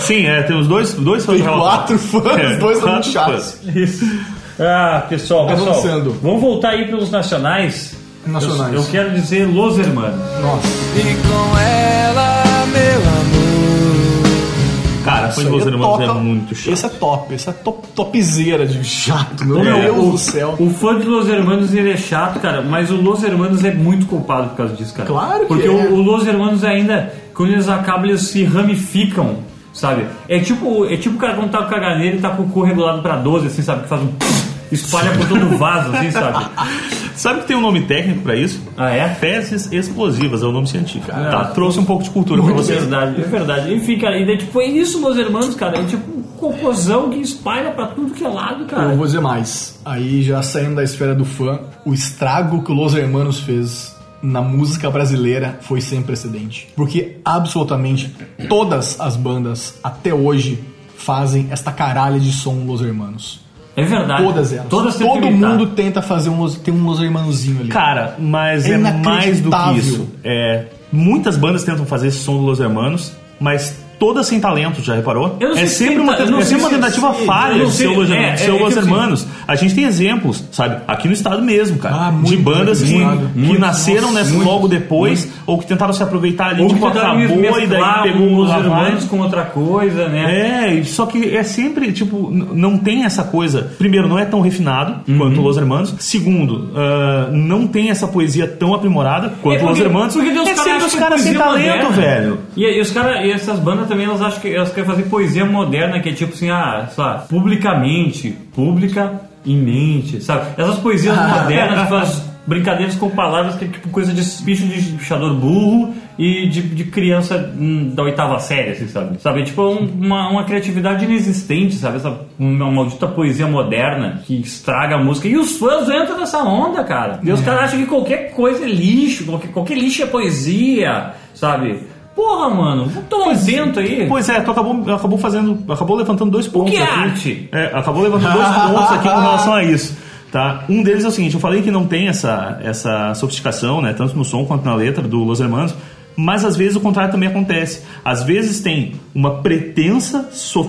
Speaker 2: Sim, é, tem os dois, dois fãs
Speaker 4: Tem
Speaker 2: do Relator.
Speaker 4: quatro fãs,
Speaker 2: É,
Speaker 4: os dois são
Speaker 2: quatro
Speaker 4: muito chatos.
Speaker 2: fãs.
Speaker 6: Isso. Ah, pessoal, pessoal,
Speaker 4: Avançando.
Speaker 6: vamos voltar aí pelos nacionais.
Speaker 4: Nacionais.
Speaker 6: Eu, eu quero dizer Los Hermanos.
Speaker 4: Nossa.
Speaker 3: E com ela, meu amor.
Speaker 2: Cara, cara, fã de
Speaker 4: isso aí
Speaker 2: Los
Speaker 4: é
Speaker 2: Hermanos é
Speaker 4: top.
Speaker 2: muito chato.
Speaker 4: Esse é top, esse é top, topzera de chato, meu
Speaker 2: É,
Speaker 4: Deus
Speaker 6: o-
Speaker 4: do céu.
Speaker 6: O fã de Los Hermanos ele é chato, cara, mas o Los Hermanos é muito culpado por causa disso, cara.
Speaker 4: Claro que
Speaker 6: Porque
Speaker 4: é.
Speaker 6: o, o Los Hermanos ainda, quando eles acabam, eles se ramificam, sabe? É tipo, é tipo o cara quando tá com caganeira e tá com o cu regulado pra 12, assim, sabe? Que faz um... espalha por todo o vaso, assim, sabe?
Speaker 2: Sabe que tem um nome técnico pra isso?
Speaker 6: Ah, é?
Speaker 2: Fezes explosivas é o nome científico.
Speaker 4: Ah.
Speaker 6: Cara,
Speaker 2: tá, trouxe um pouco de cultura pra
Speaker 6: É
Speaker 2: vocês.
Speaker 6: verdade, é verdade. Enfim, cara, e daí, tipo, é isso, Los Hermanos, cara. É tipo um cocôzão que espalha pra tudo que é lado, cara.
Speaker 4: Eu vou dizer mais. Aí, já saindo da esfera do fã, o estrago que o Los Hermanos fez na música brasileira foi sem precedente. Porque absolutamente todas as bandas até hoje fazem esta caralha de som Los Hermanos.
Speaker 6: É verdade.
Speaker 4: Todas elas.
Speaker 6: Todas têm que
Speaker 4: Todo
Speaker 6: imitar.
Speaker 4: mundo tenta fazer um, Los- tem um Los Hermanozinho ali.
Speaker 2: Cara, mas
Speaker 4: É
Speaker 2: é, mais do que
Speaker 4: inacreditável.
Speaker 2: isso. É, muitas bandas tentam fazer esse som do Los Hermanos, mas todas sem talento, já reparou?
Speaker 6: Eu não sei
Speaker 2: é
Speaker 6: se
Speaker 2: sempre
Speaker 6: tem
Speaker 2: uma,
Speaker 6: ta- eu
Speaker 2: tenta-
Speaker 6: não
Speaker 2: é
Speaker 6: sei
Speaker 2: sempre uma
Speaker 6: se-
Speaker 2: tentativa
Speaker 6: se- eu
Speaker 2: falha
Speaker 6: não
Speaker 2: de ser
Speaker 6: sei-
Speaker 2: o Los,
Speaker 6: é,
Speaker 2: Hermanos-
Speaker 6: é,
Speaker 2: ser o
Speaker 6: é que
Speaker 2: Los
Speaker 6: eu sei.
Speaker 2: Hermanos. A gente tem exemplos, sabe? Aqui no estado mesmo, cara.
Speaker 4: Ah,
Speaker 2: de
Speaker 4: muito,
Speaker 2: bandas
Speaker 4: muito
Speaker 2: que,
Speaker 4: estado.
Speaker 2: que
Speaker 4: Muito,
Speaker 2: nasceram
Speaker 4: nossa,
Speaker 2: nessa
Speaker 4: muito,
Speaker 2: logo depois, ou que tentaram se aproveitar ali,
Speaker 6: Ou
Speaker 2: tipo,
Speaker 6: que tentaram
Speaker 2: acabou e daí
Speaker 6: mesclar
Speaker 2: pegou
Speaker 6: um
Speaker 2: o
Speaker 6: Los
Speaker 2: Hermanos.
Speaker 6: Hermanos com outra coisa, né?
Speaker 2: É, e só que é sempre, tipo, n- não tem essa coisa. Primeiro, não é tão refinado
Speaker 6: Uhum.
Speaker 2: quanto o Los Hermanos. Segundo, ah, não tem essa poesia tão aprimorada quanto o Los Hermanos.
Speaker 6: É, porque tem uns
Speaker 2: é
Speaker 6: caras
Speaker 2: sempre
Speaker 6: acham
Speaker 2: os
Speaker 6: que
Speaker 2: caras sem
Speaker 6: poesia
Speaker 2: talento,
Speaker 6: moderna.
Speaker 2: velho.
Speaker 6: E, e os cara, e essas bandas também, elas acham que elas querem fazer poesia moderna, que é tipo assim, ah, sei lá, publicamente, pública e mente, sabe? Essas poesias modernas que fazem brincadeiras com palavras que é tipo coisa de bicho de bichador burro e de, de criança hum, da oitava série, assim, sabe? Sabe, é tipo um- uma, uma criatividade inexistente, sabe? Essa uma maldita poesia moderna que estraga a música. E os fãs entram nessa onda, cara. E os caras acham que qualquer coisa é lixo, qualquer, qualquer lixo é poesia, sabe? Porra, mano, toma um isento aí.
Speaker 2: Pois é, tu acabou, acabou fazendo. Acabou levantando dois pontos
Speaker 6: que é
Speaker 2: aqui.
Speaker 6: arte?
Speaker 2: É, acabou levantando dois pontos aqui com relação a isso. Tá? Um deles é o seguinte, eu falei que não tem essa, essa sofisticação, né? Tanto no som quanto na letra do Los Hermanos. Mas às vezes o contrário também acontece. Às vezes tem uma pretensa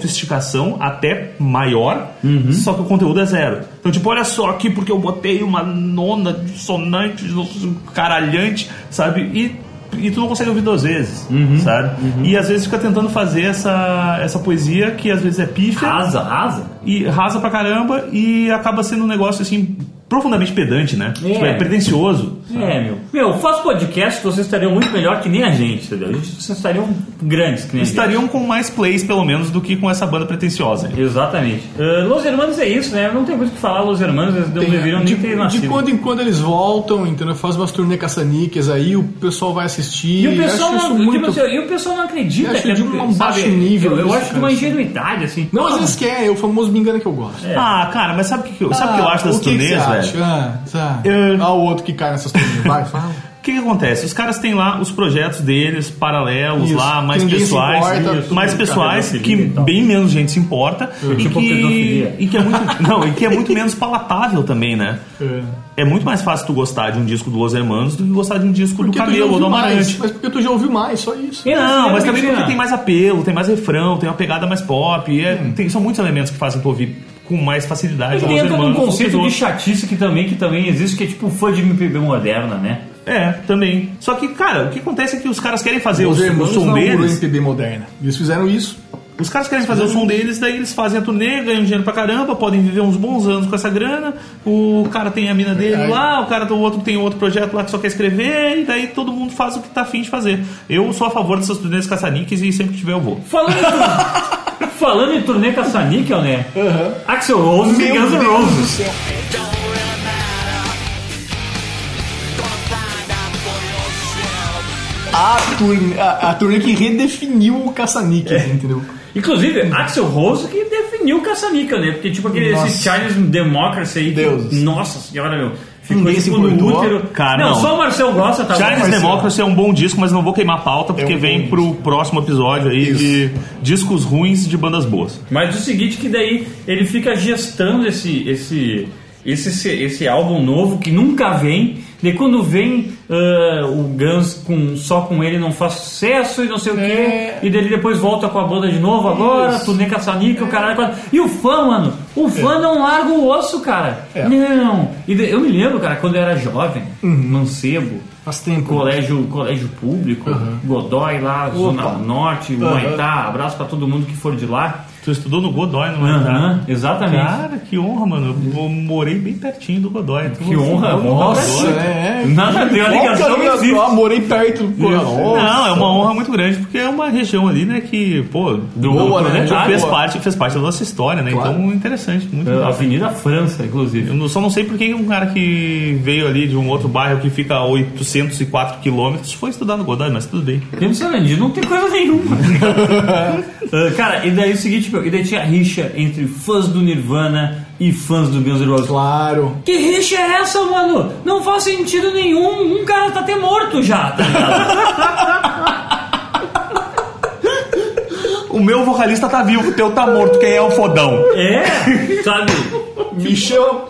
Speaker 2: sofisticação até maior, só que o conteúdo é zero. Então, tipo, olha só aqui porque eu botei uma nona dissonante, um caralhante, sabe? E e tu não consegue ouvir duas vezes, sabe? E às vezes fica tentando fazer essa, essa poesia que às vezes é pífia
Speaker 6: Rasa, rasa.
Speaker 2: e rasa pra caramba e acaba sendo um negócio assim profundamente pedante, né?
Speaker 6: É.
Speaker 2: Tipo, é pretencioso.
Speaker 6: É, meu. Meu, faz podcast, vocês estariam muito melhor que nem a gente, entendeu? A gente- Vocês estariam grandes que nem a gente.
Speaker 2: Estariam com mais plays, pelo menos, do que com essa banda pretenciosa.
Speaker 6: Exatamente. Ah, Los Hermanos é isso, né? Não tem muito o que falar, Los Hermanos, eles não
Speaker 4: Tem-
Speaker 6: deveriam
Speaker 4: de,
Speaker 6: nem ter
Speaker 4: de
Speaker 6: nascido.
Speaker 4: quando em quando eles voltam, entendeu? Faz umas turnê caça-níqueis aí, o pessoal vai assistir.
Speaker 6: E o, pessoal
Speaker 4: acho isso
Speaker 6: não,
Speaker 4: muito...
Speaker 6: tipo assim, e o pessoal não acredita.
Speaker 4: Eu acho
Speaker 6: que é
Speaker 4: de
Speaker 6: porque,
Speaker 4: um baixo
Speaker 6: sabe,
Speaker 4: nível
Speaker 6: Eu, eu
Speaker 4: isso,
Speaker 6: acho de uma
Speaker 4: cara.
Speaker 6: ingenuidade, assim.
Speaker 4: Não, às
Speaker 6: Porra,
Speaker 4: vezes quer, é o famoso me engana que eu gosto.
Speaker 2: Ah, cara, mas sabe o que, que eu- sabe o que eu acho
Speaker 4: É. Ah,
Speaker 2: das
Speaker 4: o que que
Speaker 2: turnês,
Speaker 4: você
Speaker 2: velho?
Speaker 4: acha? Ah, tá.
Speaker 2: Eu- É.
Speaker 4: Ah, o outro que cai nessas turnês. Vai, fala.
Speaker 2: O que, que acontece? Os caras têm lá os projetos deles, paralelos
Speaker 4: Isso,
Speaker 2: lá, mais
Speaker 4: que ninguém se
Speaker 2: pessoais,
Speaker 4: importa, tudo
Speaker 2: mais
Speaker 4: de
Speaker 2: pessoais,
Speaker 6: cabelo,
Speaker 2: que
Speaker 6: filho e tal.
Speaker 2: bem menos gente se importa. E,
Speaker 4: um
Speaker 6: Tipo
Speaker 2: que,
Speaker 6: pedofilia.
Speaker 2: e que é muito. Não, e que é muito menos palatável também, né?
Speaker 4: É.
Speaker 2: É muito mais fácil tu gostar de um disco do Los Hermanos do que gostar de um disco
Speaker 4: Porque
Speaker 2: do
Speaker 4: tu já
Speaker 2: Camelo ou
Speaker 4: ouviu
Speaker 2: do
Speaker 4: mais,
Speaker 2: Amarante.
Speaker 4: mas porque tu já ouviu mais, só isso.
Speaker 6: É.
Speaker 2: Não, mas também
Speaker 6: Porque
Speaker 4: né?
Speaker 2: porque tem mais apelo, tem mais refrão, tem uma pegada mais pop. e é-
Speaker 4: Hum.
Speaker 2: tem- são muitos elementos que fazem tu ouvir com mais facilidade.
Speaker 6: Mas
Speaker 2: Los
Speaker 6: ele entra num
Speaker 2: Hermanos do que
Speaker 6: conceito de
Speaker 2: outros.
Speaker 6: chatice que também, que também existe, que é tipo fã de MPB moderna, né?
Speaker 2: É, também. Só que, cara, o que acontece é que os caras querem fazer o,
Speaker 4: Os
Speaker 2: o
Speaker 4: irmãos
Speaker 2: som
Speaker 4: inaugurou
Speaker 2: deles.
Speaker 4: MPB moderna. Eles fizeram isso.
Speaker 2: Os caras querem fazer o som deles, daí eles fazem a turnê, ganham dinheiro pra caramba, podem viver uns bons anos com essa grana. O cara tem a mina dele
Speaker 4: Verdade.
Speaker 2: lá, o cara do outro tem outro projeto lá que só quer escrever, e daí todo mundo faz o que tá afim de fazer. Eu sou a favor dessas turnês caçaniques e sempre que tiver eu vou.
Speaker 6: Falando em, tur- Falando em turnê caça-níquel, né? Axel Rose e
Speaker 4: Meu
Speaker 6: Guns N'
Speaker 4: Deus do
Speaker 6: Roses.
Speaker 4: céu. A turnê, a, a turnê que redefiniu o caça-níqueis,
Speaker 6: É.
Speaker 4: entendeu?
Speaker 6: Inclusive, Axel Rose que definiu o caça-níquel, né? Porque, tipo, aquele esse
Speaker 4: Nossa.
Speaker 6: Chinese Democracy aí. que-
Speaker 4: Deus.
Speaker 6: nossa senhora, meu. Ficou
Speaker 4: Ninguém se
Speaker 6: tipo no
Speaker 4: importou.
Speaker 6: útero.
Speaker 2: Cara,
Speaker 6: não,
Speaker 2: não.
Speaker 6: só o Marcel gosta, tá bom?
Speaker 2: Chinese
Speaker 4: parceiro.
Speaker 2: Democracy é um bom disco, mas não vou queimar a pauta porque
Speaker 4: É um bom
Speaker 2: vem pro próximo episódio aí de discos ruins de bandas boas.
Speaker 6: Mas o seguinte que daí ele fica gestando esse esse esse esse, esse álbum novo que nunca vem. E quando vem ah, o Guns com, só com ele não faz sucesso e não sei o
Speaker 4: É.
Speaker 6: quê. E dele depois volta com a banda de novo agora,
Speaker 4: Isso. É.
Speaker 6: turnê caçanica, o caralho. quatro. E o fã, mano, o fã não larga o osso, cara.
Speaker 4: É. Uhum.
Speaker 6: Não. E de- eu me lembro, cara, quando eu era jovem, mancebo.
Speaker 4: Faz tempo.
Speaker 6: Colégio, colégio público, Godoy lá, Zona
Speaker 4: Opa.
Speaker 6: Norte,
Speaker 4: Aham.
Speaker 6: Moitá, abraço pra todo mundo que for de lá.
Speaker 2: Tu estudou no Godoy, não é?
Speaker 4: Né?
Speaker 6: Aham, exatamente.
Speaker 2: Cara, que honra, mano. Eu morei bem pertinho do Godoy. Tu-
Speaker 6: Que honra,
Speaker 2: Godoy.
Speaker 6: nossa.
Speaker 4: é.
Speaker 6: Nada deu a ligação
Speaker 4: Qual
Speaker 6: não
Speaker 4: que é o
Speaker 6: existe.
Speaker 4: Ah, morei perto do Coronel.
Speaker 2: Não, é
Speaker 6: um
Speaker 2: uma honra muito grande, porque é uma região ali, né, que, pô,
Speaker 4: Boa,
Speaker 6: mundo
Speaker 2: já
Speaker 4: né?
Speaker 6: planetário.
Speaker 2: fez
Speaker 4: boa.
Speaker 2: parte, fez parte da nossa história, né?
Speaker 4: Claro.
Speaker 2: Então, interessante, muito
Speaker 6: É,
Speaker 2: legal.
Speaker 6: Avenida França, inclusive.
Speaker 2: Eu não- só não sei por que um cara que veio ali de um outro bairro que fica a 804 quilômetros foi estudar no Godoy, mas tudo bem.
Speaker 6: Dentro do Sarandi não tem coisa nenhuma. Ah, cara, e daí é o seguinte, meu, e daí tinha rixa entre fãs do Nirvana e fãs do Guns N' Roses.
Speaker 4: Claro.
Speaker 6: Que rixa é essa, mano? Não faz sentido nenhum. Um cara tá até morto já, tá ligado?
Speaker 2: O meu vocalista tá vivo, o teu tá morto, quem é o fodão?
Speaker 6: É, sabe?
Speaker 4: Michel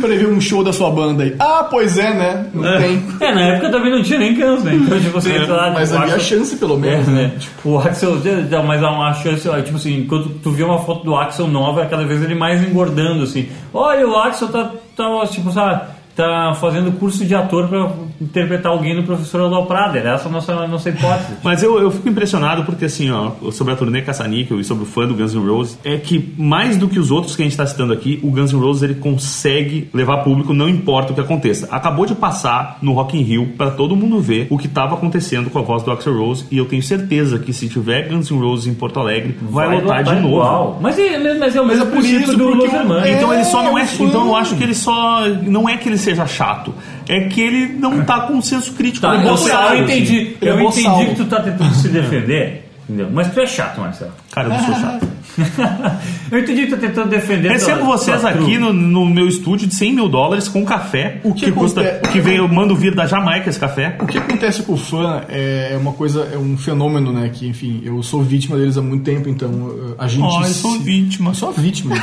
Speaker 4: previu um show da sua banda aí. Ah, pois é, né? Não tem. É,
Speaker 6: É, na época também não tinha nem Guns, né? Então, tipo, você entra lá de
Speaker 4: Mas havia
Speaker 6: baixo-
Speaker 4: chance, pelo
Speaker 6: É,
Speaker 4: menos.
Speaker 6: né? O Axel, dá mais uma chance, ó, tipo assim, quando tu vê uma foto do Axel nova, cada vez ele mais engordando, assim. Olha, o Axel tá, tá tipo, sabe, tá fazendo curso de ator pra interpretar alguém no professor Aldo Prada. Era essa a nossa, nossa hipótese.
Speaker 2: Mas eu, eu fico impressionado porque, assim, ó, sobre a turnê Caça-Níquel e sobre o fã do Guns N' Roses, é que mais do que os outros que a gente tá citando aqui, o Guns N' Roses ele consegue levar público, não importa o que aconteça. Acabou de passar no Rock in Rio pra todo mundo ver o que tava acontecendo com a voz do Axl Rose e eu tenho certeza que se tiver Guns N' Roses em Porto Alegre, vai, lotar de novo.
Speaker 6: igual. Mas é, mas é o mesmo
Speaker 4: é por
Speaker 6: princípio
Speaker 4: isso,
Speaker 6: do
Speaker 4: porque
Speaker 6: Los
Speaker 4: eu-
Speaker 6: Hermanos.
Speaker 4: é-
Speaker 2: Então ele só não é.
Speaker 4: um fã.
Speaker 2: Então eu acho que ele só. Não é que ele seja chato. É que ele não tá com um senso crítico.
Speaker 6: Tá,
Speaker 2: Ele é
Speaker 6: eu,
Speaker 2: boçal, é
Speaker 6: eu entendi,
Speaker 4: Eu
Speaker 6: eu
Speaker 4: vou
Speaker 6: entendi
Speaker 4: salvo.
Speaker 6: que tu tá tentando se defender, entendeu? Mas tu é chato, Marcelo.
Speaker 2: assim. Cara, eu não sou chato.
Speaker 6: eu entendi que tu tá tentando defender.
Speaker 4: É
Speaker 6: tua-
Speaker 2: Recebo vocês
Speaker 6: tua
Speaker 2: aqui no, no meu estúdio de 100 mil dólares com café. O
Speaker 4: que
Speaker 2: que, custa.
Speaker 4: acontece?
Speaker 2: Que veio, eu mando vir da Jamaica esse café.
Speaker 4: O que acontece com o fã é uma coisa, é um fenômeno, né? Que, enfim, eu sou vítima deles há muito tempo, então a gente.
Speaker 2: Ó, eu sou
Speaker 4: se-
Speaker 2: vítima.
Speaker 4: Eu sou a vítima.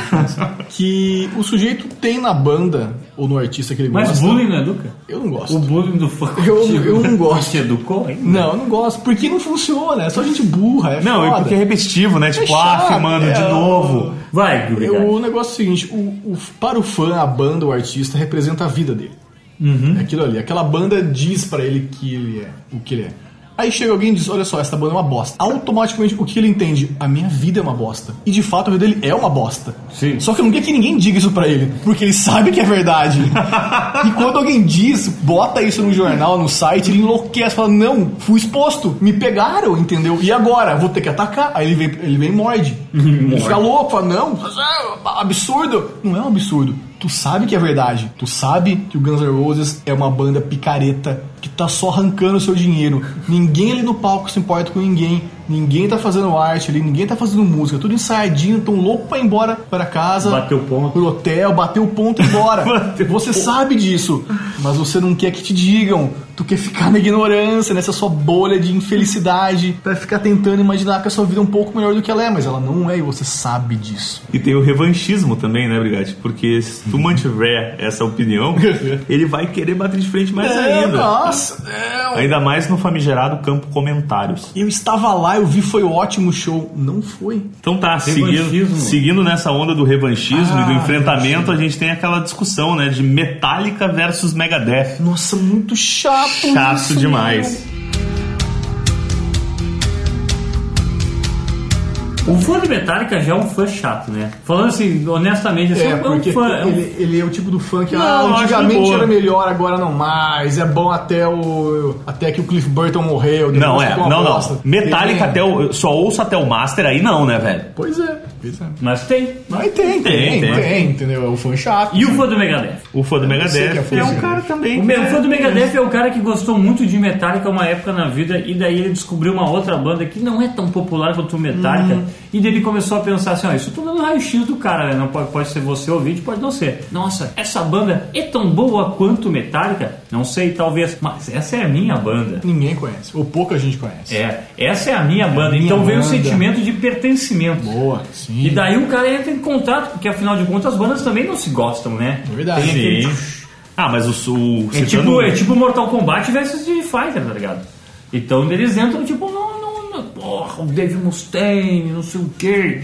Speaker 4: que o sujeito tem na banda, ou no artista que ele
Speaker 6: Mas
Speaker 4: gosta.
Speaker 6: bullying não educa?
Speaker 4: Eu não gosto.
Speaker 6: O bullying do fã
Speaker 4: Eu-
Speaker 6: contigo
Speaker 4: eu não gosto.
Speaker 6: Te educou, hein?
Speaker 4: Não, eu não gosto. Porque não funciona. É só gente burra, é
Speaker 2: Não,
Speaker 4: foda.
Speaker 2: é porque é repetitivo, né? Tipo, ah,
Speaker 4: chato,
Speaker 2: mano,
Speaker 4: é,
Speaker 2: de novo.
Speaker 6: Vai,
Speaker 4: É
Speaker 6: Guri.
Speaker 4: O negócio é o seguinte, o, o- para o fã, a banda, o artista, representa a vida dele. É aquilo ali. Aquela banda diz pra ele que ele é, o que ele é. Aí chega alguém e diz, olha só, essa banda é uma bosta. Automaticamente, o que ele entende? A minha vida é uma bosta. E de fato, a vida dele é uma bosta.
Speaker 6: Sim.
Speaker 4: Só que eu não quero que ninguém diga isso pra ele, porque ele sabe que é verdade. e quando alguém diz, bota isso no jornal, no site, ele enlouquece, fala, não, fui exposto, me pegaram, entendeu? E agora? Vou ter que atacar. Aí ele vem, ele vem e morde. ele fica louco, fala, não, absurdo. Não é um absurdo. Tu sabe que é verdade. Tu sabe que o Guns N' Roses é uma banda picareta que tá só arrancando o seu dinheiro. Ninguém ali no palco se importa com ninguém. Ninguém tá fazendo arte ali, ninguém tá fazendo música. Tudo ensaiadinho, tão louco pra ir embora pra casa.
Speaker 6: Bateu ponto.
Speaker 4: Pro hotel, bateu ponto e ir embora.
Speaker 2: Bateu
Speaker 4: você sabe disso. Mas você não quer que te digam. Tu quer ficar na ignorância, nessa sua bolha de infelicidade. Pra ficar tentando imaginar que a sua vida é um pouco melhor do que ela é. Mas ela não é e você sabe disso.
Speaker 2: E tem o revanchismo também, né, Brigatti? Porque se tu mantiver essa opinião, ele vai querer bater de frente mais
Speaker 4: É,
Speaker 2: ainda.
Speaker 4: nossa, é,
Speaker 2: Ainda mais no famigerado campo comentários.
Speaker 4: Eu estava lá, eu vi, foi ótimo o show. Não foi.
Speaker 2: Então tá,
Speaker 6: Revanchismo.
Speaker 2: seguindo, seguindo nessa onda do revanchismo
Speaker 4: Ah,
Speaker 2: e do enfrentamento, a gente tem aquela discussão, né, de Metallica versus Megadeth.
Speaker 4: Nossa, muito chato.
Speaker 2: Chato
Speaker 4: isso, né?
Speaker 2: demais.
Speaker 6: O fã do Metallica já é um fã chato, né? Falando assim, honestamente, assim,
Speaker 4: meu. É,
Speaker 6: é um
Speaker 4: porque
Speaker 6: fã. é um-
Speaker 4: ele, ele é o tipo do fã que
Speaker 2: Não, eu
Speaker 4: ah,
Speaker 2: acho de
Speaker 4: antigamente
Speaker 2: boa.
Speaker 4: era melhor, agora não mais. É bom até o até que o Cliff Burton morreu. depois
Speaker 2: Não, é,
Speaker 4: ficou uma
Speaker 2: não,
Speaker 4: bosta.
Speaker 2: não. Metallica
Speaker 4: Tem-
Speaker 2: até o. Só ouço até o Master aí, não, né, velho?
Speaker 4: Pois é. Pois é.
Speaker 6: Mas tem.
Speaker 4: Mas tem, tem,
Speaker 2: Tem,
Speaker 4: tem,
Speaker 2: tem.
Speaker 4: entendeu? É o fã chato.
Speaker 6: E o fã do Megadeth?
Speaker 2: O fã do
Speaker 4: sei que é fã
Speaker 2: Megadeth
Speaker 4: do
Speaker 2: é um
Speaker 4: Megadeth.
Speaker 2: cara também.
Speaker 6: O
Speaker 2: que
Speaker 6: meu
Speaker 2: é-
Speaker 6: fã do Megadeth é o cara que gostou muito de Metallica uma época na vida e daí ele descobriu uma outra banda que não é tão popular quanto o Metallica
Speaker 4: Hum.
Speaker 6: e daí ele começou a pensar assim, ó, isso eu tô dando raio-x do cara, né? Não pode, pode ser você ouvinte, pode não ser. Nossa, essa banda é tão boa quanto Metallica? Não sei, talvez, mas essa é a minha banda.
Speaker 4: Ninguém conhece. Ou pouca gente conhece.
Speaker 6: É, essa é a minha banda.
Speaker 4: minha
Speaker 6: então veio o
Speaker 4: banda.
Speaker 6: sentimento de pertencimento.
Speaker 4: Boa, sim.
Speaker 6: E daí o cara entra em contato, porque afinal de contas as bandas também não se gostam, né?
Speaker 4: É Verdade. tá
Speaker 6: Tem aquele-
Speaker 2: Sim. Ah, mas o, o
Speaker 6: É
Speaker 2: Citano-
Speaker 6: tipo, é tipo Mortal Kombat versus Street Fighter, tá ligado? Então eles entram tipo, não, não, não, porra, o Dave Mustaine, não sei o quê,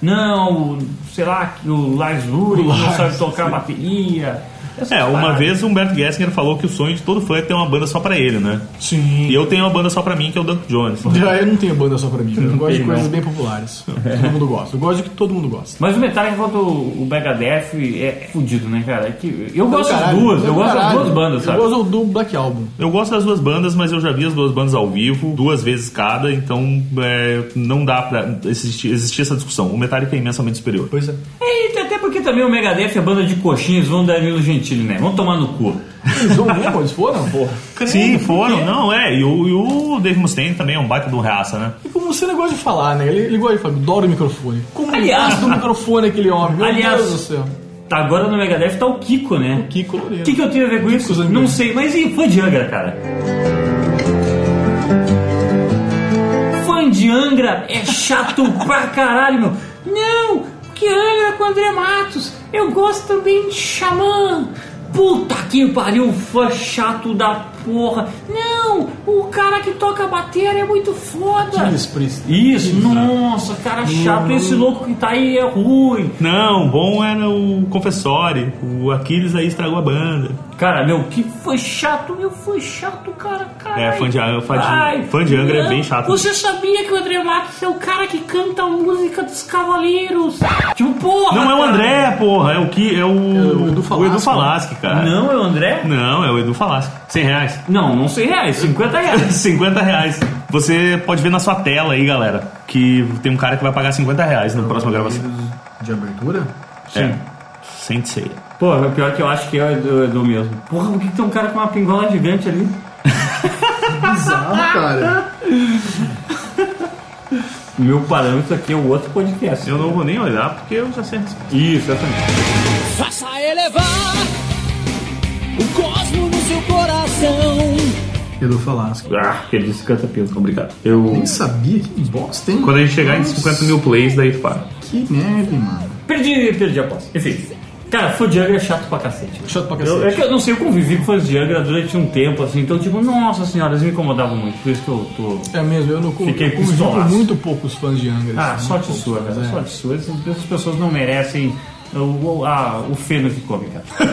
Speaker 6: não, será que o Lars Ulrich não sabe tocar bateria? Essas
Speaker 2: É, uma
Speaker 6: paradas.
Speaker 2: vez o Humberto Gessinger falou que o sonho de todo fã é ter uma banda só pra ele, né?
Speaker 4: Sim.
Speaker 2: E eu tenho uma banda só pra mim, que é o né? Duncan Jones.
Speaker 4: Já eu não tenho banda só pra mim. Eu gosto de
Speaker 6: tem,
Speaker 4: coisas
Speaker 6: não.
Speaker 4: bem populares. Todo mundo gosta. Eu gosto de que todo mundo gosta.
Speaker 6: Mas o Metallica contra o o Megadeth é fudido, né, cara? É que eu gosto das
Speaker 4: Caralho,
Speaker 6: duas, eu
Speaker 4: do
Speaker 6: gosto das
Speaker 4: caralho.
Speaker 6: duas bandas, sabe?
Speaker 4: Eu gosto do Black Album.
Speaker 2: Eu gosto das duas bandas, mas eu já vi as duas bandas ao vivo, duas vezes cada, então é, não dá pra existir, existir essa discussão. O Metallica é imensamente superior.
Speaker 4: Pois é.
Speaker 6: É, e até porque também o Megadeth é banda de coxinhas, vão Danilo Gentili, né? Vão tomar no cu.
Speaker 4: Eles vão mesmo? Eles foram? Porra.
Speaker 2: Sim, foram, não, é. E o, e o Dave Mustaine também é um baita de um reaça, né?
Speaker 4: E como você não gosta de falar, né? Ele, ele gosta de falar, adora o microfone. Como
Speaker 6: Aliás-
Speaker 4: ele gosta do microfone aquele homem? Meu
Speaker 6: Aliás-
Speaker 4: Deus do céu.
Speaker 6: Tá, agora no Megadeth tá o Kiko, né?
Speaker 4: Que colorido.
Speaker 6: O que, que eu tenho a ver com isso?
Speaker 4: Zangief.
Speaker 6: Não sei, mas e fã de Angra, cara? Fã de Angra é chato pra caralho, meu. Não, que Angra é com André Matos. Eu gosto também de Xamã. Puta que pariu, fã chato da porra. Não, o cara que toca bateria é muito foda.
Speaker 4: Elvis Presley.
Speaker 6: Isso, nossa, cara chato. Esse louco que tá aí é ruim.
Speaker 2: Não, bom era o Confessore. O Aquiles aí estragou a banda.
Speaker 6: Cara, meu, que foi chato, meu, foi chato, cara, caralho.
Speaker 2: É, fã de- fã de-
Speaker 6: Ai,
Speaker 2: fã de Angra é
Speaker 6: não.
Speaker 2: bem chato.
Speaker 6: Você sabia que o André Matos é o cara que canta a música dos Cavaleiros? Tipo, porra!
Speaker 2: Não é o
Speaker 6: cara.
Speaker 2: André, porra, é o que é o,
Speaker 4: o Edu
Speaker 2: o Edu
Speaker 4: Falaschi,
Speaker 2: Falaschi, cara.
Speaker 6: Não é o André?
Speaker 2: Não, é o Edu Falaschi. 100 reais.
Speaker 6: Não, não sei reais, 50 reais.
Speaker 2: 50 reais. Você pode ver na sua tela aí, galera, que tem um cara que vai pagar 50 reais na próxima gravação.
Speaker 4: De abertura?
Speaker 2: É. Sem ser.
Speaker 6: Porra, o pior que eu acho que é o Edu, Edu mesmo. Porra, por que que tem um cara com uma pingola gigante ali?
Speaker 4: Bizarro, Ah, cara.
Speaker 6: Meu parâmetro aqui é o outro podcast.
Speaker 2: Eu não vou nem olhar porque eu já sei. a resposta.
Speaker 6: Isso, exatamente.
Speaker 3: Faça elevar o cosmo no seu coração.
Speaker 4: Edu Falasco.
Speaker 6: Ah, que ele disse 50 pila, obrigado. Eu.
Speaker 4: Nem sabia que bosta, hein?
Speaker 2: Quando a gente chegar em 50 mil plays, daí tu para. Tá
Speaker 6: Então,
Speaker 4: Que merda, mano.
Speaker 6: Perdi, perdi a aposta. Enfim. Cara, fã de Angra é chato pra cacete.
Speaker 4: Chato pra
Speaker 6: Eu, é
Speaker 4: cacete.
Speaker 6: que eu não sei, eu convivi com fãs de Angra durante um tempo, assim, então, tipo, nossa senhora, eles me incomodavam muito, por isso que eu tô.
Speaker 4: É mesmo, eu não convivo
Speaker 6: Fiquei
Speaker 4: eu convivi com
Speaker 6: pistolaço.
Speaker 4: muito poucos fãs de Angra.
Speaker 6: Ah,
Speaker 4: assim,
Speaker 6: sorte
Speaker 4: muito
Speaker 6: sua,
Speaker 4: poucos,
Speaker 6: cara,
Speaker 4: é.
Speaker 6: sorte sua. Essas, essas pessoas não merecem o, o, a- o feno que come, cara.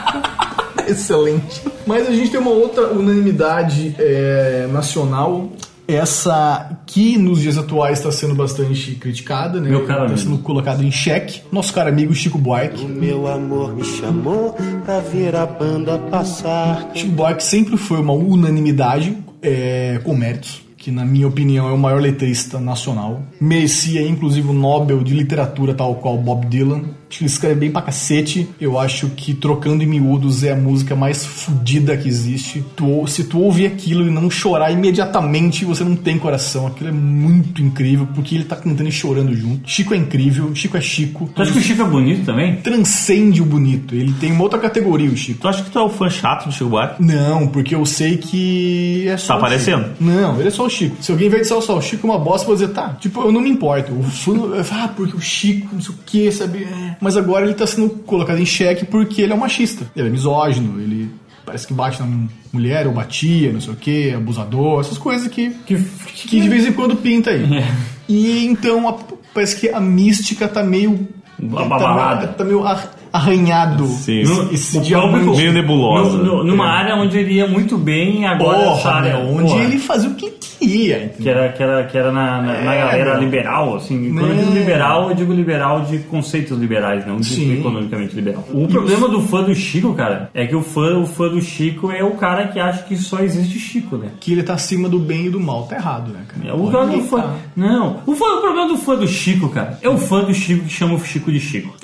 Speaker 4: Excelente. Mas a gente tem uma outra unanimidade é, nacional. Essa que nos dias atuais está sendo bastante criticada, né?
Speaker 6: Meu caro
Speaker 4: Tá
Speaker 6: amigo.
Speaker 4: sendo colocado em xeque. Nosso cara amigo Chico Buarque.
Speaker 7: Meu amor me chamou pra ver a banda passar.
Speaker 4: Chico Buarque sempre foi uma unanimidade é, com méritos. Que, na minha opinião, é o maior letrista nacional. Merecia, inclusive, o Nobel de Literatura, tal qual Bob Dylan. Acho que ele escreve bem pra cacete. Eu acho que Trocando em Miúdos é a música mais fodida que existe. Tu ou- se tu ouvir aquilo e não chorar imediatamente, você não tem coração. Aquilo é muito incrível, porque ele tá cantando e chorando junto. Chico é incrível, Chico é Chico.
Speaker 6: Tu acha que o Chico é bonito também?
Speaker 4: Transcende o bonito. Ele tem uma outra categoria, o Chico.
Speaker 2: Tu acha que tu é o fã chato do Chico Buarque?
Speaker 4: Não, porque eu sei que é
Speaker 2: Tá
Speaker 4: só. o
Speaker 2: aparecendo?
Speaker 4: Chico. Não, ele é só o Chico. Se alguém inverter só, só o Chico é uma bosta, eu vou dizer, tá. Tipo, eu não me importo. O fã, eu falo, ah, porque o Chico, não sei o que, sabe? É. Mas agora ele tá sendo colocado em xeque porque ele é um machista. Ele é misógino, ele parece que bate na mulher, ou batia, não sei o que, abusador, essas coisas que, que, de vez em quando pinta aí.
Speaker 6: É.
Speaker 4: E então a- parece que a mística tá meio.
Speaker 6: Abalada.
Speaker 4: Tá, tá meio ar- arranhado.
Speaker 2: Sim.
Speaker 4: Esse,
Speaker 2: No-
Speaker 4: esse
Speaker 6: o
Speaker 4: diamante.
Speaker 6: público-
Speaker 2: Meio nebulosa. É.
Speaker 6: no- no- numa área onde ele ia muito bem, agora essa
Speaker 4: É. Porra,
Speaker 6: área.
Speaker 4: meu, onde
Speaker 6: né? porra,
Speaker 4: ele fazia o que queria. entendeu?
Speaker 6: Que era, que era, que era na, na, na
Speaker 4: É,
Speaker 6: galera
Speaker 4: meu.
Speaker 6: liberal, assim. Quando eu
Speaker 4: Né.
Speaker 6: digo liberal, eu digo liberal de conceitos liberais, não de
Speaker 4: Sim.
Speaker 6: economicamente liberal. O problema do fã do Chico, cara, é que o fã, o fã do Chico é o cara que acha que só existe Chico, né?
Speaker 4: Que ele tá acima do bem e do mal. Tá errado, né, cara?
Speaker 6: É o cara do
Speaker 4: Ninguém
Speaker 6: fã.
Speaker 4: tá.
Speaker 6: Não, o, fã- o problema do fã do Chico, cara, é o fã do Chico que chama o Chico de Chico.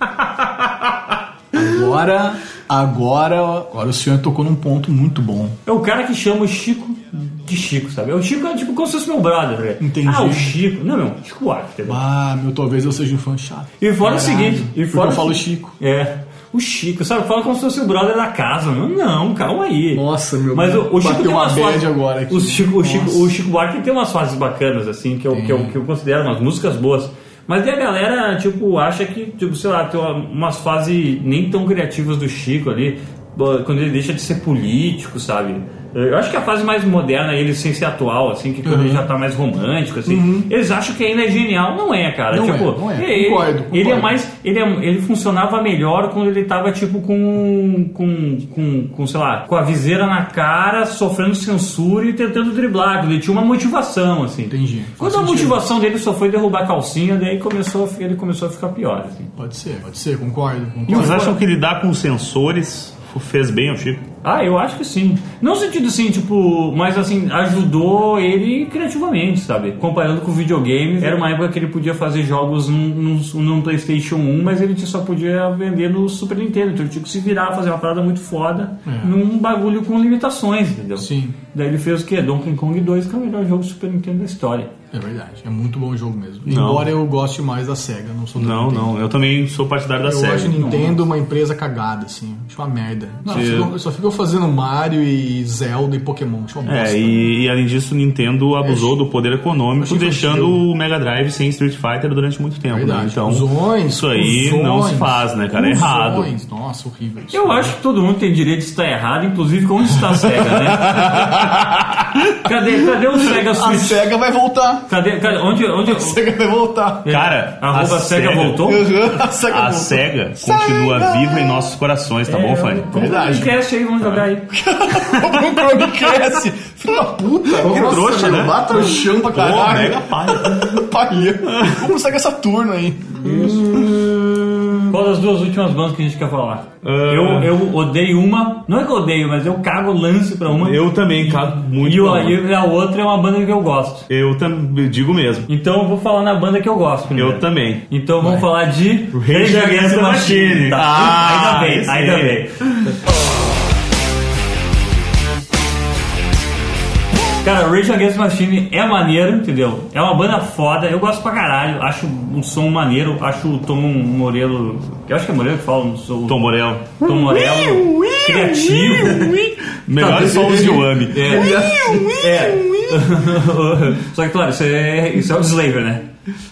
Speaker 4: Agora, agora, agora o senhor tocou num ponto muito bom.
Speaker 6: É o cara que chama o Chico de Chico, sabe? É o Chico é tipo como se fosse meu brother, né?
Speaker 4: Entendi.
Speaker 6: Ah, o Chico. Não, não, Chico Buarque, entendeu?
Speaker 4: Ah, meu, talvez eu seja um fã chato.
Speaker 6: E fora o
Speaker 4: Caralho,
Speaker 6: seguinte, e
Speaker 4: porque
Speaker 6: fora
Speaker 4: eu
Speaker 6: o
Speaker 4: falo
Speaker 6: se-
Speaker 4: Chico.
Speaker 6: É. O Chico, sabe? Fala como se fosse o brother da casa. Não, não calma aí.
Speaker 4: Nossa, meu,
Speaker 6: Mas o, o Chico
Speaker 4: bateu
Speaker 6: tem
Speaker 4: uma
Speaker 6: umas
Speaker 4: bad
Speaker 6: fases-
Speaker 4: agora aqui.
Speaker 6: O Chico, o, Chico,
Speaker 4: Nossa.
Speaker 6: o Chico Buarque tem umas fases bacanas, assim, que eu, que eu, que eu considero umas músicas boas. Mas daí a galera, tipo, acha que, tipo, sei lá, tem uma- umas fases nem tão criativas do Chico ali, bo- quando ele deixa de ser político, sabe? Eu acho que a fase mais moderna, é ele sem ser atual, assim, que quando
Speaker 4: Uhum.
Speaker 6: ele já tá mais romântico, assim, eles acham que ainda é genial. Não é, cara.
Speaker 4: Não
Speaker 6: tipo,
Speaker 4: é, não é.
Speaker 6: Ele,
Speaker 4: Concordo,
Speaker 6: ele é
Speaker 4: concordo.
Speaker 6: mais. Ele, é- ele funcionava melhor quando ele tava, tipo, com, com, com, com, sei lá, com a viseira na cara, sofrendo censura e tentando driblar. Ele tinha uma motivação, assim.
Speaker 4: Entendi.
Speaker 6: Quando a
Speaker 4: Faz sentido.
Speaker 6: motivação dele só foi derrubar a calcinha, daí começou, a- ele começou a ficar pior, assim.
Speaker 4: Pode ser, pode ser, concordo. concordo.
Speaker 2: Vocês acham que lidar com sensores fez bem ao Chico?
Speaker 6: Ah, eu acho que sim. Não no sentido assim, tipo, mas assim, ajudou ele criativamente, sabe? Comparando com videogames, era uma época que ele podia fazer jogos num, num, num PlayStation 1, mas ele só podia vender no Super Nintendo. Então ele tinha que se virar, fazer uma parada muito foda
Speaker 4: É.
Speaker 6: num bagulho com limitações, entendeu?
Speaker 4: Sim.
Speaker 6: Daí ele fez o quê? Donkey Kong 2, que é o melhor jogo do Super Nintendo da história.
Speaker 4: É verdade, é muito bom o jogo mesmo.
Speaker 2: Não.
Speaker 4: Embora eu goste mais da SEGA, não sou do
Speaker 2: Não,
Speaker 4: Nintendo.
Speaker 2: não. Eu também sou partidário da
Speaker 4: Eu acho
Speaker 2: série.
Speaker 4: Nintendo uma empresa cagada, assim. Acho uma merda. Não, só, ficam, só ficam fazendo Mario e Zelda e Pokémon. Acho uma bosta.
Speaker 2: É, e, e além disso, Nintendo abusou do poder econômico,
Speaker 4: achei
Speaker 2: deixando
Speaker 4: infantil.
Speaker 2: o Mega Drive sem Street Fighter durante muito tempo. Né?
Speaker 4: Verdade.
Speaker 2: Então,
Speaker 4: Cusões,
Speaker 2: isso aí
Speaker 4: cusões,
Speaker 2: não se faz, né, cara? É
Speaker 4: cusões.
Speaker 2: errado.
Speaker 4: Nossa, horrível. isso.
Speaker 6: Eu acho que todo mundo tem direito de estar errado, inclusive onde está a SEGA, né? cadê, cadê o SEGA
Speaker 4: A
Speaker 6: Switch?
Speaker 4: SEGA vai voltar.
Speaker 6: Cadê, cadê, onde, onde,
Speaker 4: A SEGA vai voltar.
Speaker 2: É. Cara,
Speaker 6: Arroba
Speaker 2: a
Speaker 6: Sega
Speaker 2: SEGA
Speaker 6: voltou?
Speaker 4: Aham, a SEGA
Speaker 2: A
Speaker 4: voltou.
Speaker 2: SEGA continua
Speaker 4: Sega!
Speaker 2: viva em nossos corações, tá bom, Fanny?
Speaker 4: Verdade.
Speaker 6: Podcast aí, vamos jogar aí.
Speaker 4: Comprou um Chromecast. Filho da puta. Que
Speaker 2: trouxa, né?
Speaker 4: Lá trouxão pra
Speaker 2: Pô,
Speaker 4: caralho.
Speaker 2: mega palha.
Speaker 4: Palha. Como segue essa turno aí?
Speaker 6: Qual das duas últimas bandas que a gente quer falar?
Speaker 2: Ah.
Speaker 6: Eu, eu odeio uma, não é que eu odeio, mas eu cago lance pra uma.
Speaker 2: Eu também, cara, muito.
Speaker 6: e, o-
Speaker 2: bom.
Speaker 6: e a outra é uma banda que eu gosto.
Speaker 2: Eu também digo mesmo.
Speaker 6: Então eu vou falar na banda que eu gosto. primeiro.
Speaker 2: Eu também.
Speaker 6: Então vamos falar de
Speaker 2: Rage Against the Machine.
Speaker 6: Tá.
Speaker 2: Ah,
Speaker 6: ainda bem,
Speaker 2: esse
Speaker 6: ainda
Speaker 2: aí.
Speaker 6: bem. Cara, Rage Against the Machine é maneiro, entendeu? É uma banda foda, eu gosto pra caralho, acho um som maneiro, acho o Tom Morello. Eu acho que é Morello que fala, não sou.
Speaker 2: Tom Morello.
Speaker 6: Tom Morello, criativo.
Speaker 2: Melhores sons de Wami.
Speaker 6: É. é. Só que, claro, isso é, isso é o Slaver, né?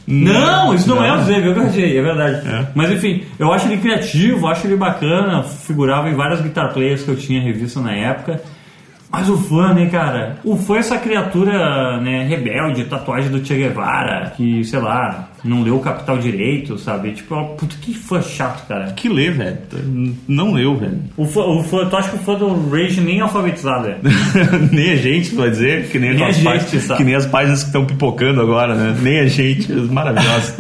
Speaker 6: Não, isso não, é o Slaver, eu que achei, é verdade.
Speaker 2: É.
Speaker 6: Mas enfim, eu acho ele criativo, acho ele bacana, figurava em várias guitar players que eu tinha revista na época. Mas o fã, né, cara? O fã é essa criatura, né, rebelde, tatuagem do Che Guevara, que, sei lá, não leu o Capital direito, sabe? Tipo, ó, puta, que fã chato, cara.
Speaker 2: Que lê, velho. Não leu, velho.
Speaker 6: O fã, o fã, tu acha que o fã do Rage nem alfabetizado é?
Speaker 2: nem a gente, vai dizer, que nem,
Speaker 6: Nem
Speaker 2: aquelas
Speaker 6: a gente,
Speaker 2: páginas,
Speaker 6: sabe?
Speaker 2: que nem as páginas que estão pipocando agora, né? Nem a gente, maravilhosa.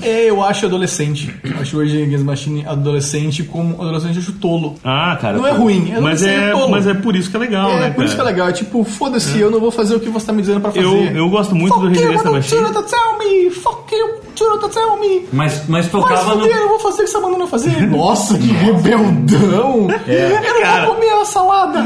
Speaker 4: É, eu acho adolescente. Eu acho hoje Games Machine adolescente como adolescente, eu acho tolo.
Speaker 2: Ah, cara.
Speaker 4: Não é ruim, é
Speaker 2: mas, é,
Speaker 4: tolo.
Speaker 2: mas é por isso que é legal,
Speaker 4: é,
Speaker 2: né?
Speaker 4: por isso que é
Speaker 2: cara?
Speaker 4: legal. É tipo, foda-se, eu não vou fazer o que você tá me dizendo pra fazer. é
Speaker 2: Eu, eu gosto muito do
Speaker 4: Fuck
Speaker 2: Rage
Speaker 4: you,
Speaker 2: Against the
Speaker 4: don't you
Speaker 2: Machine.
Speaker 4: not tell me! Fuck you, you not tell me!
Speaker 6: Mas, mas
Speaker 4: Vai
Speaker 6: tocava no.
Speaker 4: fuder, eu vou fazer o que você mandou não fazer. Nossa, que rebeldão! Eu não
Speaker 2: Cara.
Speaker 4: vou comer a salada!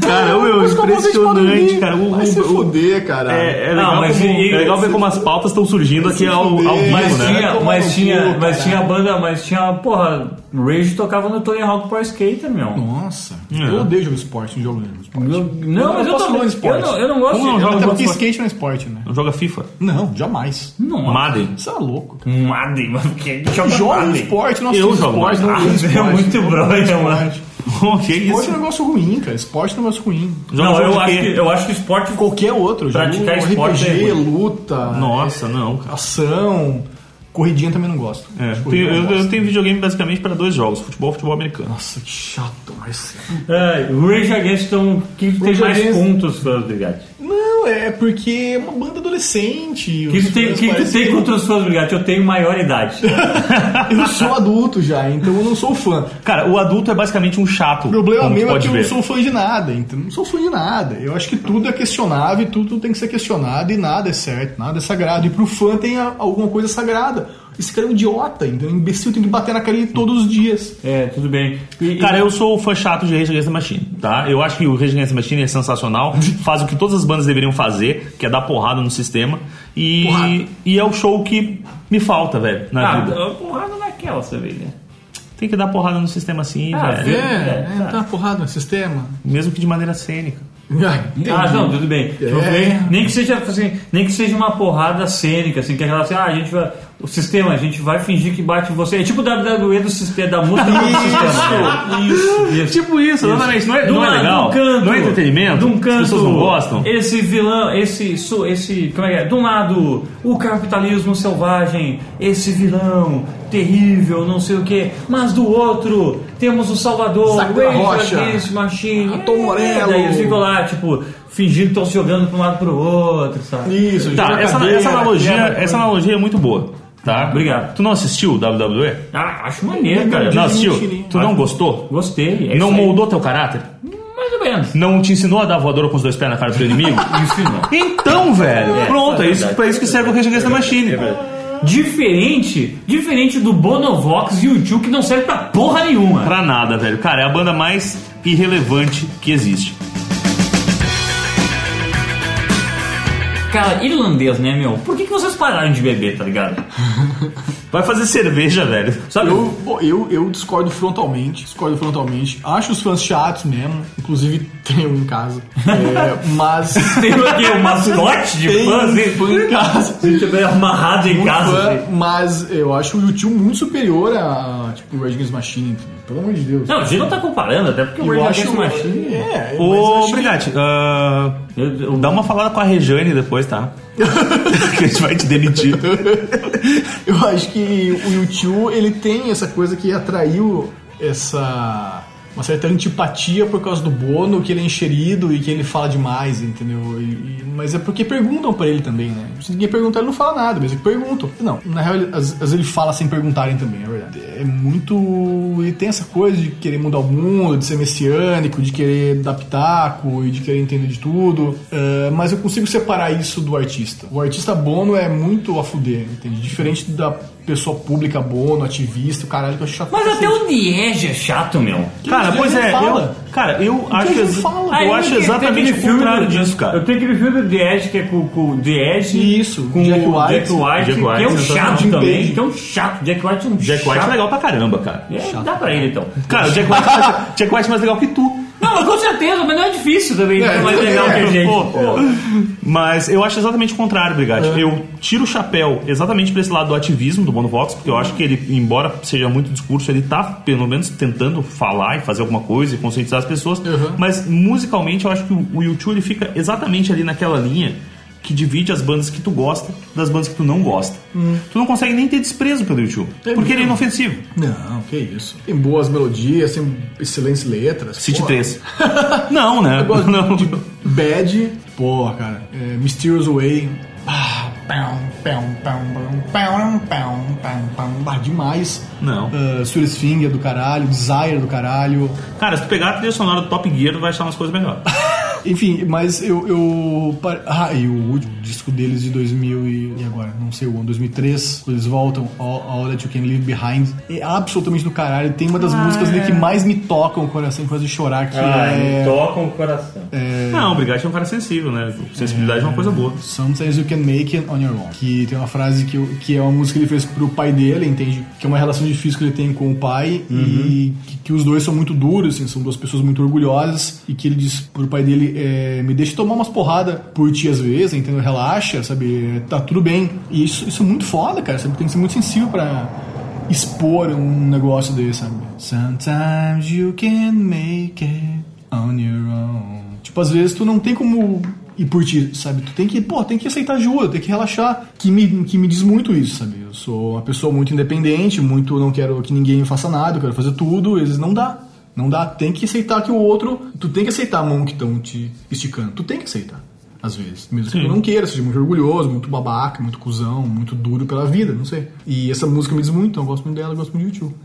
Speaker 2: Cara, meu,
Speaker 4: Mas como vocês podem
Speaker 2: impressionante,
Speaker 4: ver,
Speaker 2: cara. O-
Speaker 4: Vai
Speaker 2: o-
Speaker 4: se
Speaker 2: o-
Speaker 4: fuder, cara.
Speaker 2: É, é
Speaker 6: Não,
Speaker 2: legal,
Speaker 6: Ah, mas
Speaker 2: como-
Speaker 6: e-
Speaker 2: é legal ver
Speaker 6: se-
Speaker 2: como as pautas estão surgindo aqui ao, ao
Speaker 4: fuder,
Speaker 2: vivo,
Speaker 6: Mas
Speaker 2: né?
Speaker 6: tinha,
Speaker 4: Vai tomar no
Speaker 6: mas tinha,
Speaker 4: cu,
Speaker 6: mas
Speaker 4: caralho.
Speaker 6: tinha a banda, mas tinha, porra, Rage tocava no Tony Hawk Pro Skater, meu.
Speaker 4: Nossa, eu odeio jogo esporte, um jogo de esporte.
Speaker 6: Eu- não, mas eu
Speaker 4: posso
Speaker 6: também-
Speaker 4: falar de esporte.
Speaker 6: eu não- eu não gosto
Speaker 4: Como
Speaker 6: de- eu não
Speaker 4: Até
Speaker 6: gosto
Speaker 4: porque
Speaker 6: de esporte.
Speaker 4: skate não é esporte, né?
Speaker 2: Não joga FIFA.
Speaker 4: Não, jamais.
Speaker 6: Nossa.
Speaker 2: Madden.
Speaker 4: Isso é louco, cara.
Speaker 6: Madden, mano, que que joga
Speaker 4: Joga um
Speaker 6: Madden?
Speaker 4: esporte, não
Speaker 2: Eu
Speaker 4: assiste
Speaker 2: jogo
Speaker 4: esporte, não
Speaker 2: mais.
Speaker 4: ligo
Speaker 6: Ah,
Speaker 4: esporte.
Speaker 6: é muito
Speaker 4: Não
Speaker 6: brother,
Speaker 4: ligo esporte.
Speaker 6: mano.
Speaker 2: O que é
Speaker 4: Esporte é
Speaker 2: isso?
Speaker 4: um negócio ruim, cara. Esporte é um negócio ruim.
Speaker 2: Joga
Speaker 6: Não,
Speaker 2: jogo de
Speaker 6: eu acho,
Speaker 2: quê?
Speaker 6: que, eu acho que esporte
Speaker 4: Qualquer outro. jogo,
Speaker 6: Praticar esporte
Speaker 4: RPG,
Speaker 6: é ruim.
Speaker 4: luta,
Speaker 2: Nossa, não, cara.
Speaker 4: ação, corridinha também não gosto.
Speaker 2: É,
Speaker 4: Tipo,
Speaker 2: tem-
Speaker 4: não
Speaker 2: eu, eu
Speaker 4: gosto.
Speaker 2: tenho videogame basicamente para dois jogos: futebol e futebol americano.
Speaker 4: Nossa, que chato, mas...
Speaker 6: é, Rage Against então, que tem
Speaker 4: Rage
Speaker 6: mais
Speaker 4: Against-
Speaker 6: pontos fãs do Gat.
Speaker 4: Não, é porque é uma banda adolescente.
Speaker 6: Que
Speaker 4: os
Speaker 6: tu tem,
Speaker 4: meus
Speaker 6: que tu
Speaker 4: pais-
Speaker 6: tem contra os fãs do Gat? Eu tenho maior idade.
Speaker 4: Eu sou adulto já, então eu não sou fã.
Speaker 2: Cara, o adulto é basicamente um chato.
Speaker 4: O problema
Speaker 2: como tu
Speaker 4: meu é
Speaker 2: pode
Speaker 4: que eu
Speaker 2: ver.
Speaker 4: não sou fã de nada, então eu não sou fã de nada. Eu acho que tudo é questionável, e tudo tem que ser questionado e nada é certo, nada é sagrado. E pro fã tem a- alguma coisa sagrada. Esse cara é um idiota, então é um imbecil, tem que bater na cara dele todos os dias.
Speaker 6: É, tudo bem. E- e-
Speaker 2: Cara, eu sou fã chato de Rage Against the Machine, tá? Eu acho que o Rage Against the Machine é sensacional, faz o que todas as bandas deveriam fazer, que é dar porrada no sistema, e, e é o show que me falta, velho, na
Speaker 6: ah,
Speaker 2: vida.
Speaker 6: porrada naquela também, né?
Speaker 2: Tem que dar porrada no sistema assim,
Speaker 6: Ah,
Speaker 2: velho.
Speaker 6: vê- É, é,
Speaker 4: tá porrada no sistema.
Speaker 2: Mesmo que de maneira cênica.
Speaker 6: Ah, não, tudo bem. Tudo
Speaker 4: É.
Speaker 6: bem. Nem que seja assim, nem que seja uma porrada cênica, assim, que é aquela assim, ah, a gente vai. o sistema, a gente vai fingir que bate em você. É tipo WWE do sistema, da música do sistema. Isso, isso.
Speaker 2: Tipo isso, exatamente. Não é,
Speaker 6: Do
Speaker 2: não é
Speaker 6: lado,
Speaker 2: legal.
Speaker 6: de um canto,
Speaker 2: não é entretenimento.
Speaker 6: De um canto,
Speaker 2: As pessoas não gostam.
Speaker 6: Esse vilão, esse, su- esse, como é que é? De um lado, o capitalismo selvagem, esse vilão terrível, não sei o quê. Mas do outro, temos o Salvador,
Speaker 4: Zac
Speaker 6: o
Speaker 4: da
Speaker 6: Rage
Speaker 4: Rocha,
Speaker 6: Against the Machine.
Speaker 4: Tom Morello.
Speaker 6: Daí eles ficam lá, tipo, fingindo que estão se jogando para um lado para o outro, sabe?
Speaker 4: Isso,
Speaker 2: Tá,
Speaker 4: joga
Speaker 2: essa,
Speaker 4: cadeira,
Speaker 2: essa analogia,
Speaker 4: quebra coisa.
Speaker 2: essa analogia é muito boa. Tá?
Speaker 6: Obrigado.
Speaker 2: Tu não assistiu o WWE?
Speaker 6: Ah, acho maneiro, cara.
Speaker 2: Não
Speaker 4: Eu
Speaker 6: Não,
Speaker 4: disse
Speaker 2: assistiu?
Speaker 4: mentirinha.
Speaker 2: Tu não gostou?
Speaker 6: gostei. é
Speaker 2: Não
Speaker 6: isso aí.
Speaker 2: moldou teu caráter?
Speaker 6: Mais ou menos.
Speaker 2: Não te ensinou a dar voadora com os dois pés na cara do teu inimigo?
Speaker 6: Isso não.
Speaker 2: Então, velho,
Speaker 6: É,
Speaker 2: pronto, é,
Speaker 6: é
Speaker 2: isso,
Speaker 6: verdade. É
Speaker 2: pra isso que serve o Rage Against the Machine.
Speaker 6: Diferente, diferente do Bonovox e o Tio que não serve pra porra nenhuma.
Speaker 2: pra nada, velho. Cara, é a banda mais irrelevante que existe.
Speaker 6: Cara, irlandês, né, meu? Por que, que vocês pararam de beber, tá ligado?
Speaker 2: Vai fazer cerveja, velho.
Speaker 6: Sabe?
Speaker 4: Eu, bom, eu, eu discordo frontalmente, discordo frontalmente. Acho os fãs chatos mesmo, inclusive tenho um em casa. É, mas
Speaker 6: Tem o quê? Um mascote de
Speaker 4: tenho
Speaker 6: fãs?
Speaker 4: um
Speaker 6: hein?
Speaker 4: fã em casa.
Speaker 6: Se tiver amarrado em
Speaker 4: Um
Speaker 6: casa.
Speaker 4: fã,
Speaker 6: assim.
Speaker 4: mas eu acho o YouTube muito superior a tipo Rage Against the Machine, pelo amor de Deus.
Speaker 6: Não, a gente não tá comparando, até porque o
Speaker 4: eu
Speaker 6: Rage
Speaker 4: acho
Speaker 6: Against the Machine...
Speaker 4: É, mas eu
Speaker 2: Ô,
Speaker 4: acho que-
Speaker 2: Brigatti, ah,
Speaker 6: Eu- eu-
Speaker 2: dá uma falada com a Rejane depois, tá? que a gente vai te demitir.
Speaker 4: Eu acho que o YouTube ele tem essa coisa que atraiu essa uma certa antipatia por causa do Bono, que ele é encherido e que ele fala demais, entendeu? E- e- mas é porque perguntam pra ele também, né? Se ninguém perguntar, ele não fala nada, mas ele perguntam. Não, na real, ele- às, às vezes ele fala sem perguntarem também, é verdade. É muito... Ele tem essa coisa de querer mudar o mundo, de ser messiânico, de querer dar pitaco e de querer entender de tudo. Ah, mas eu consigo separar isso do artista. O artista Bono é muito a fuder, entende? Diferente da pessoa pública Bono, ativista, o caralho que eu acho chato.
Speaker 6: Mas
Speaker 4: pra
Speaker 6: até o Niege é chato, meu.
Speaker 2: Cara,
Speaker 4: que
Speaker 2: pois
Speaker 4: ele
Speaker 2: é, eu,
Speaker 4: fala?
Speaker 2: cara, eu
Speaker 4: que
Speaker 2: acho,
Speaker 4: ele
Speaker 2: exa-
Speaker 4: fala?
Speaker 2: eu
Speaker 6: Aí
Speaker 2: acho
Speaker 6: tem- tem
Speaker 2: exatamente
Speaker 6: aquele
Speaker 2: o
Speaker 6: filme
Speaker 2: contrário
Speaker 6: do-
Speaker 2: disso, cara.
Speaker 6: Eu tenho aquele filme do The Edge, que é com, com o The Edge...
Speaker 4: Isso,
Speaker 6: Com
Speaker 4: Jack
Speaker 6: o
Speaker 4: White.
Speaker 6: Jack White,
Speaker 2: Jack
Speaker 6: que é um
Speaker 2: White,
Speaker 6: chato
Speaker 4: Jim
Speaker 6: também.
Speaker 4: Page.
Speaker 6: Que é um chato. Jack White é um
Speaker 2: Jack White é
Speaker 6: chato.
Speaker 2: legal pra caramba, cara.
Speaker 6: É, dá pra ele então.
Speaker 2: Cara, o Jack White, Jack White é mais legal que tu.
Speaker 6: Não, mas com certeza, mas não é difícil também. É,
Speaker 4: É,
Speaker 6: mais legal que a gente.
Speaker 2: Pô, pô. é. Mas eu acho exatamente o contrário, Brigatti.
Speaker 4: É.
Speaker 2: Eu tiro o chapéu exatamente pra esse lado do ativismo do Bono Vox, porque eu acho que ele, embora seja muito discurso, ele tá pelo menos tentando falar e fazer alguma coisa e conscientizar as pessoas.
Speaker 4: Uhum.
Speaker 2: Mas musicalmente eu acho que o YouTube ele fica exatamente ali naquela linha que divide as bandas que tu gosta das bandas que tu não gosta. Tu não consegue nem ter desprezo pelo YouTube,
Speaker 4: Hum. É
Speaker 2: porque ele é
Speaker 4: mesmo.
Speaker 2: inofensivo.
Speaker 4: Não, que isso. Tem boas melodias, tem excelentes letras.
Speaker 2: City
Speaker 4: pô.
Speaker 2: 3. não, né?
Speaker 4: Eu gosto
Speaker 2: não.
Speaker 4: de Bad. Porra, cara. É, Mysterious Way. Ah, pão, pão, pão, pão, pão, pão, pão, pão. Ah, demais.
Speaker 2: Não.
Speaker 4: Uh, Sweetest Finger do caralho, Desire do caralho.
Speaker 2: Cara, se tu pegar a trilha sonora do Top Gear, tu vai achar umas coisas melhores.
Speaker 4: Enfim, mas eu. eu par- ah, e o último disco deles de 2000 e, e agora, não sei o ano, 2003, quando eles voltam, All, All That You Can Leave Behind, é absolutamente do caralho. Tem uma das músicas dele que mais me tocam o coração, que faz eu chorar, que é.
Speaker 6: toca o coração.
Speaker 2: Não, o Brigatti é um cara sensível, né? Sensibilidade é, uma coisa boa.
Speaker 4: Sometimes you can make it on your own. Que tem uma frase que, eu- que é uma música que ele fez pro pai dele, entende? Que é uma relação difícil que ele tem com o pai e que, que os dois são muito duros, assim, são duas pessoas muito orgulhosas e que ele diz pro pai dele, é, me deixa tomar umas porradas por ti às vezes, entendeu? Relaxa, sabe? Tá tudo bem. E isso, isso é muito foda, cara, sabe? Tem que ser muito sensível pra expor um negócio desse, sabe? Sometimes you can make it on your own. Tipo, às vezes tu não tem como ir por ti, sabe? Tu tem que, pô, tem que aceitar ajuda, tem que relaxar. Que me, que me diz muito isso, sabe? Eu sou uma pessoa muito independente, muito não quero que ninguém faça nada, eu quero fazer tudo, eles não dá. Não dá, tem que aceitar que o outro, tu tem que aceitar a mão que estão te esticando. Tu tem que aceitar. Às vezes. Mesmo que tu não queira, seja muito orgulhoso, muito babaca, muito cuzão, muito duro pela vida, não sei. E essa música me diz muito, então eu gosto muito dela, eu gosto muito de YouTube.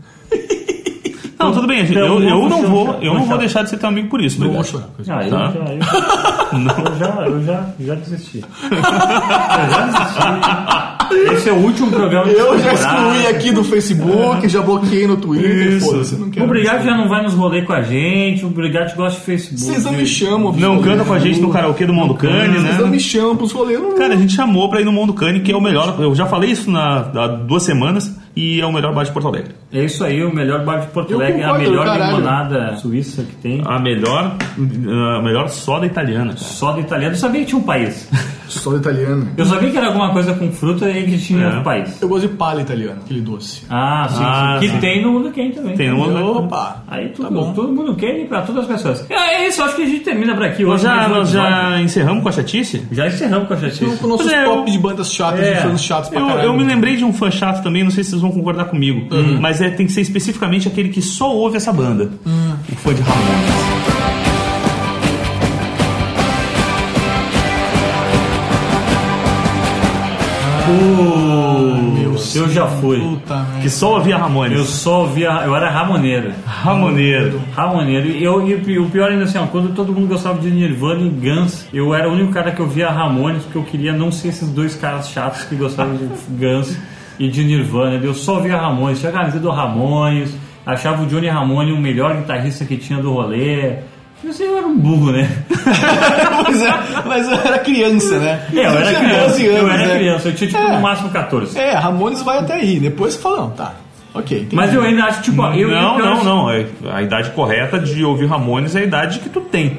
Speaker 2: Não, tudo bem, gente. Eu,
Speaker 6: Então,
Speaker 2: eu
Speaker 6: vamos
Speaker 2: não
Speaker 6: chorar,
Speaker 4: assim,
Speaker 2: vou,
Speaker 6: vamos
Speaker 2: eu não vou
Speaker 6: chorar.
Speaker 2: deixar de ser teu amigo por isso,
Speaker 4: Eu vou
Speaker 2: Brigatti.
Speaker 4: chorar. coisa.
Speaker 6: Ah, eu
Speaker 2: Tá.
Speaker 6: já, eu, eu já, eu já, já desisti. Eu já desisti. Esse é o último programa de
Speaker 4: Eu já
Speaker 6: temporada.
Speaker 4: excluí aqui do Facebook, já bloqueei no Twitter, foda-se, não quero.
Speaker 6: O Brigatti já não vai nos rolê com a gente, o Brigatti gosta de Facebook.
Speaker 4: Vocês não me chamam.
Speaker 2: Não
Speaker 4: filho.
Speaker 2: canta com a gente no karaokê do Mundo Cane,
Speaker 4: Vocês não
Speaker 2: né?
Speaker 4: me chamam pros rolês. eu não-
Speaker 2: Cara, a gente chamou pra ir no Mundo Cane, que é o melhor. Eu já falei isso na, há duas semanas, e é o melhor bar de Porto Alegre.
Speaker 6: É isso aí, o melhor bar de Porto
Speaker 4: Eu
Speaker 6: Alegre, é a
Speaker 4: concordo,
Speaker 6: melhor
Speaker 4: caralho.
Speaker 6: limonada suíça que tem.
Speaker 2: A melhor, a melhor soda italiana, cara.
Speaker 6: Só do italiano. Eu sabia que tinha um país.
Speaker 4: Só italiano.
Speaker 6: Eu sabia que era alguma coisa com fruta e que tinha
Speaker 2: É.
Speaker 6: um país.
Speaker 4: Eu gosto de palha italiana, aquele doce.
Speaker 6: Ah, é? sim.
Speaker 2: Ah,
Speaker 6: sim.
Speaker 2: sim.
Speaker 6: Que tem no mundo quem também.
Speaker 2: Tem no mundo quem.
Speaker 4: Opa!
Speaker 6: Aí tudo,
Speaker 4: Tá bom.
Speaker 6: todo mundo quer e pra todas as pessoas. É isso, acho que a gente termina por aqui.
Speaker 2: Nós
Speaker 6: Hoje
Speaker 2: já,
Speaker 6: mais um
Speaker 2: nós
Speaker 6: episódio.
Speaker 2: já encerramos com a chatice?
Speaker 6: já encerramos com a chatice.
Speaker 4: Então, com nossos
Speaker 2: Pois é, eu-
Speaker 4: pop de bandas chatas,
Speaker 6: É.
Speaker 4: de fãs chatos pra
Speaker 2: Eu,
Speaker 4: caralho. Uhum.
Speaker 2: eu me lembrei de um fã chato também, não sei se vocês vão concordar comigo, mas é, tem que ser especificamente aquele que só ouve essa banda.
Speaker 4: Uhum.
Speaker 2: O fã de Ramones.
Speaker 6: Meu eu já fui.
Speaker 4: Puta merda.
Speaker 2: Que só ouvia Ramones.
Speaker 6: Eu só via. Eu era ramoneiro.
Speaker 2: Ramoneiro.
Speaker 6: Ramoneiro. E, eu, e o pi- o pior ainda assim, ó, quando todo mundo gostava de Nirvana e Guns, eu era o único cara que eu via Ramones, porque eu queria não ser esses dois caras chatos que gostavam de Guns e de Nirvana. Eu só via Ramones, tinha a camisa do Ramones, achava o Johnny Ramone o melhor guitarrista que tinha do rolê. Eu sei, eu era um burro, né?
Speaker 4: Mas, é, mas eu era criança, né?
Speaker 6: É, eu era
Speaker 4: tinha
Speaker 6: criança.
Speaker 4: 12 anos,
Speaker 6: Eu era
Speaker 4: né?
Speaker 6: criança, eu tinha tipo no máximo 14.
Speaker 4: É, Ramones vai até aí. Depois fala, não, tá. Ok. entendi.
Speaker 6: Mas eu ainda acho, tipo, ó, eu
Speaker 2: não,
Speaker 4: então
Speaker 6: eu-
Speaker 2: não, não. É- A idade correta de ouvir Ramones é a idade que tu tem.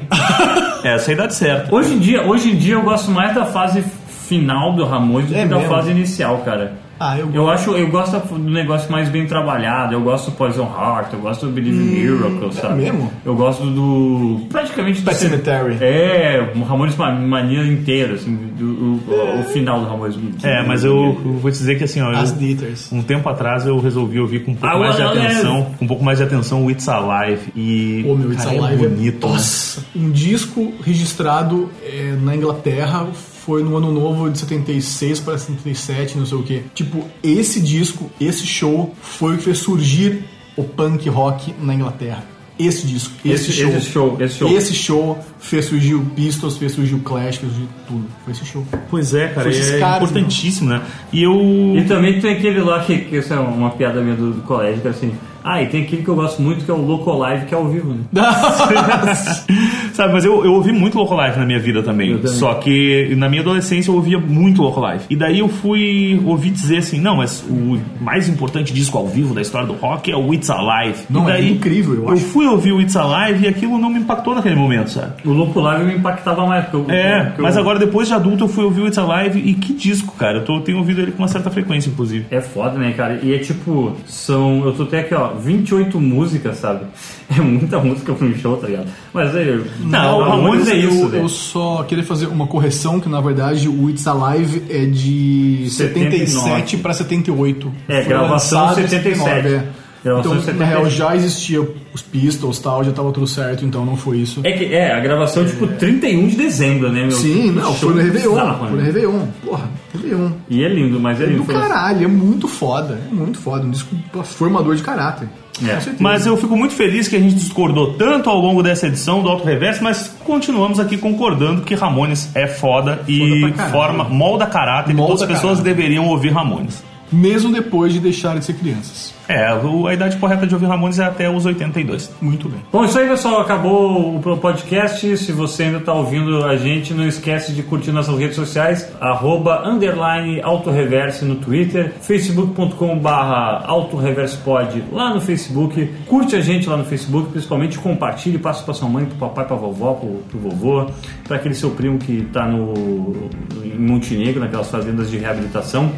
Speaker 2: Essa é a idade certa.
Speaker 6: Hoje em dia, hoje em dia eu gosto mais da fase final do Ramones do
Speaker 4: É
Speaker 6: que da
Speaker 4: mesmo?
Speaker 6: fase inicial, cara.
Speaker 4: Ah, eu-
Speaker 6: eu acho, eu gosto do negócio mais bem trabalhado. Eu gosto do Poison Heart, eu gosto do Believe in Miracle, sabe?
Speaker 4: Hum, é mesmo?
Speaker 6: Eu gosto do praticamente do
Speaker 4: Pet Sematary.
Speaker 6: É, o Ramones ma- mania inteira, assim, do, o, o- o final do Ramones.
Speaker 2: É, mas eu, eu vou te dizer que assim, ó, eu-
Speaker 4: As Dieters.
Speaker 2: um tempo atrás eu resolvi ouvir com um pouco
Speaker 6: Ah,
Speaker 2: mais de
Speaker 6: olha,
Speaker 4: né?
Speaker 6: olha.
Speaker 2: atenção, com um pouco mais de atenção o It's Alive e
Speaker 4: Ô, meu, It's
Speaker 2: cara,
Speaker 4: Alive
Speaker 2: é
Speaker 4: é-
Speaker 2: bonito. né?
Speaker 4: Nossa. Um disco registrado é, na Inglaterra foi no ano novo de 76 para 77, não sei o quê. Tipo, esse disco, esse show, foi o que fez surgir o punk rock na Inglaterra. Esse disco, esse,
Speaker 6: Esse-
Speaker 4: show.
Speaker 6: esse show, esse show.
Speaker 4: Esse show fez surgir o Pistols, fez surgir o Clash, fez surgir tudo. Foi esse show.
Speaker 2: Pois é, cara,
Speaker 4: Foi esses
Speaker 2: é
Speaker 4: caras,
Speaker 2: importantíssimo, né? E eu
Speaker 6: E também tem aquele lá que, que essa é uma piada minha do, do colégio, que é assim. Ah, e tem aquele que eu gosto muito que é o Loco Live, que é ao vivo, né?
Speaker 2: Sabe, mas eu, eu ouvi muito Life na minha vida também.
Speaker 6: Eu também.
Speaker 2: Só que na minha adolescência eu ouvia muito Life E daí eu fui ouvir dizer assim: não, mas o mais importante disco ao vivo da história do rock é o It's Alive.
Speaker 4: Não,
Speaker 2: e
Speaker 4: é
Speaker 2: daí,
Speaker 4: incrível, eu
Speaker 2: Eu
Speaker 4: acho.
Speaker 2: fui ouvir o It's Alive e aquilo não me impactou naquele momento, sabe?
Speaker 6: O Loco Live me impactava mais, porque eu.
Speaker 2: É,
Speaker 6: porque eu-
Speaker 2: mas agora depois de adulto eu fui ouvir o It's Alive e que disco, cara. Eu tô- tenho ouvido ele com uma certa frequência, inclusive.
Speaker 6: É foda, né, cara? E é tipo, são. Eu tô até aqui, ó, 28 músicas, sabe? É muita música pra um show, tá ligado? Mas aí.
Speaker 2: Não, o Ramones
Speaker 6: é
Speaker 2: eu-
Speaker 6: isso,
Speaker 4: Eu,
Speaker 6: velho.
Speaker 4: eu só queria fazer uma correção, que na verdade o It's Alive é de
Speaker 6: 79.
Speaker 4: 77 para 78.
Speaker 6: É,
Speaker 4: Foi
Speaker 6: gravação
Speaker 4: lançado em
Speaker 6: 77.
Speaker 4: 79, é.
Speaker 6: Gravação
Speaker 4: Então,
Speaker 6: em 77.
Speaker 4: na real, já existia os Pistols tal, já tava tudo certo, então não foi isso.
Speaker 6: É que é, a gravação, tipo, 31 de dezembro, né, meu?
Speaker 4: Sim,
Speaker 6: Tipo,
Speaker 4: não,
Speaker 6: show
Speaker 4: foi no Réveillon.
Speaker 6: bizarro, né?
Speaker 4: Foi no Réveillon. Porra, Réveillon.
Speaker 6: E é lindo, mas é
Speaker 4: É
Speaker 6: lindo.
Speaker 4: do
Speaker 6: foi assim.
Speaker 4: caralho, é muito foda. É muito foda. Um disco formador de caráter. Com
Speaker 6: É.
Speaker 4: certeza.
Speaker 2: Mas eu fico muito feliz que a gente discordou tanto ao longo dessa edição do Auto Reverso, mas continuamos aqui concordando que Ramones é foda
Speaker 4: Foda
Speaker 2: e
Speaker 4: pra caralho.
Speaker 2: forma, molda caráter e
Speaker 4: Molda
Speaker 2: todas as pessoas
Speaker 4: caráter.
Speaker 2: deveriam ouvir Ramones.
Speaker 4: Mesmo depois de deixarem de ser crianças.
Speaker 2: É, o- a idade correta de ouvir Ramones é até os 82.
Speaker 4: Muito bem.
Speaker 6: Bom, isso aí, pessoal. Acabou o podcast. Se você ainda está ouvindo a gente, não esquece de curtir nossas redes sociais. Arroba, underline, autoreverse no Twitter. facebook.com barra autoreversepod lá no Facebook. Curte a gente lá no Facebook, principalmente compartilhe, passa pra sua mãe, pro papai, pra vovó, pro, pro vovô, pra aquele seu primo que tá no, em Montenegro, naquelas fazendas de reabilitação.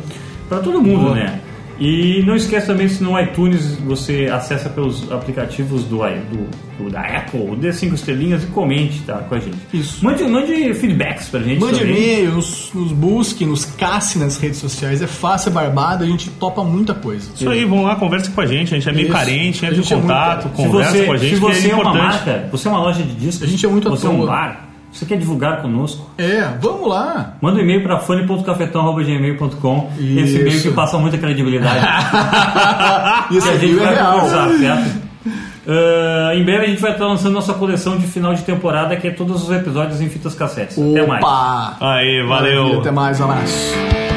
Speaker 6: Pra todo mundo, né? E não esquece também se no iTunes você acessa pelos aplicativos do, i- do- do- da Apple, dê cinco estrelinhas e comente tá, com a gente.
Speaker 4: Isso.
Speaker 6: Mande, mande feedbacks pra gente.
Speaker 4: Mande
Speaker 6: também.
Speaker 4: e-mail, nos, nos busque, nos casse nas redes sociais. É fácil, é barbado, a gente topa muita coisa.
Speaker 2: Isso aí, vão lá, conversa com a gente. A gente é meio
Speaker 4: Isso.
Speaker 2: carente,
Speaker 4: A
Speaker 2: entra em
Speaker 4: gente é muito
Speaker 2: contato,
Speaker 4: carente.
Speaker 6: Se
Speaker 2: conversa
Speaker 6: você,
Speaker 2: com a gente,
Speaker 6: se você
Speaker 2: que é
Speaker 6: é uma
Speaker 2: importante.
Speaker 6: marca, você é uma loja de discos,
Speaker 4: A gente é muito à
Speaker 6: você é um
Speaker 4: toa.
Speaker 6: bar, você quer divulgar conosco,
Speaker 4: É, vamos lá.
Speaker 6: manda um e-mail pra fone.cafetão.gmail.com Esse
Speaker 4: Isso.
Speaker 6: e-mail que passa muita credibilidade.
Speaker 4: E esse
Speaker 6: a gente
Speaker 4: e-mail é
Speaker 6: vai
Speaker 4: real.
Speaker 6: conversar, certo? Ah, em breve a gente vai estar lançando nossa coleção de final de temporada, que é todos os episódios em fitas cassetes. Até mais.
Speaker 4: Opa!
Speaker 2: Aí, valeu.
Speaker 4: Maravilha, Até mais, um abraço.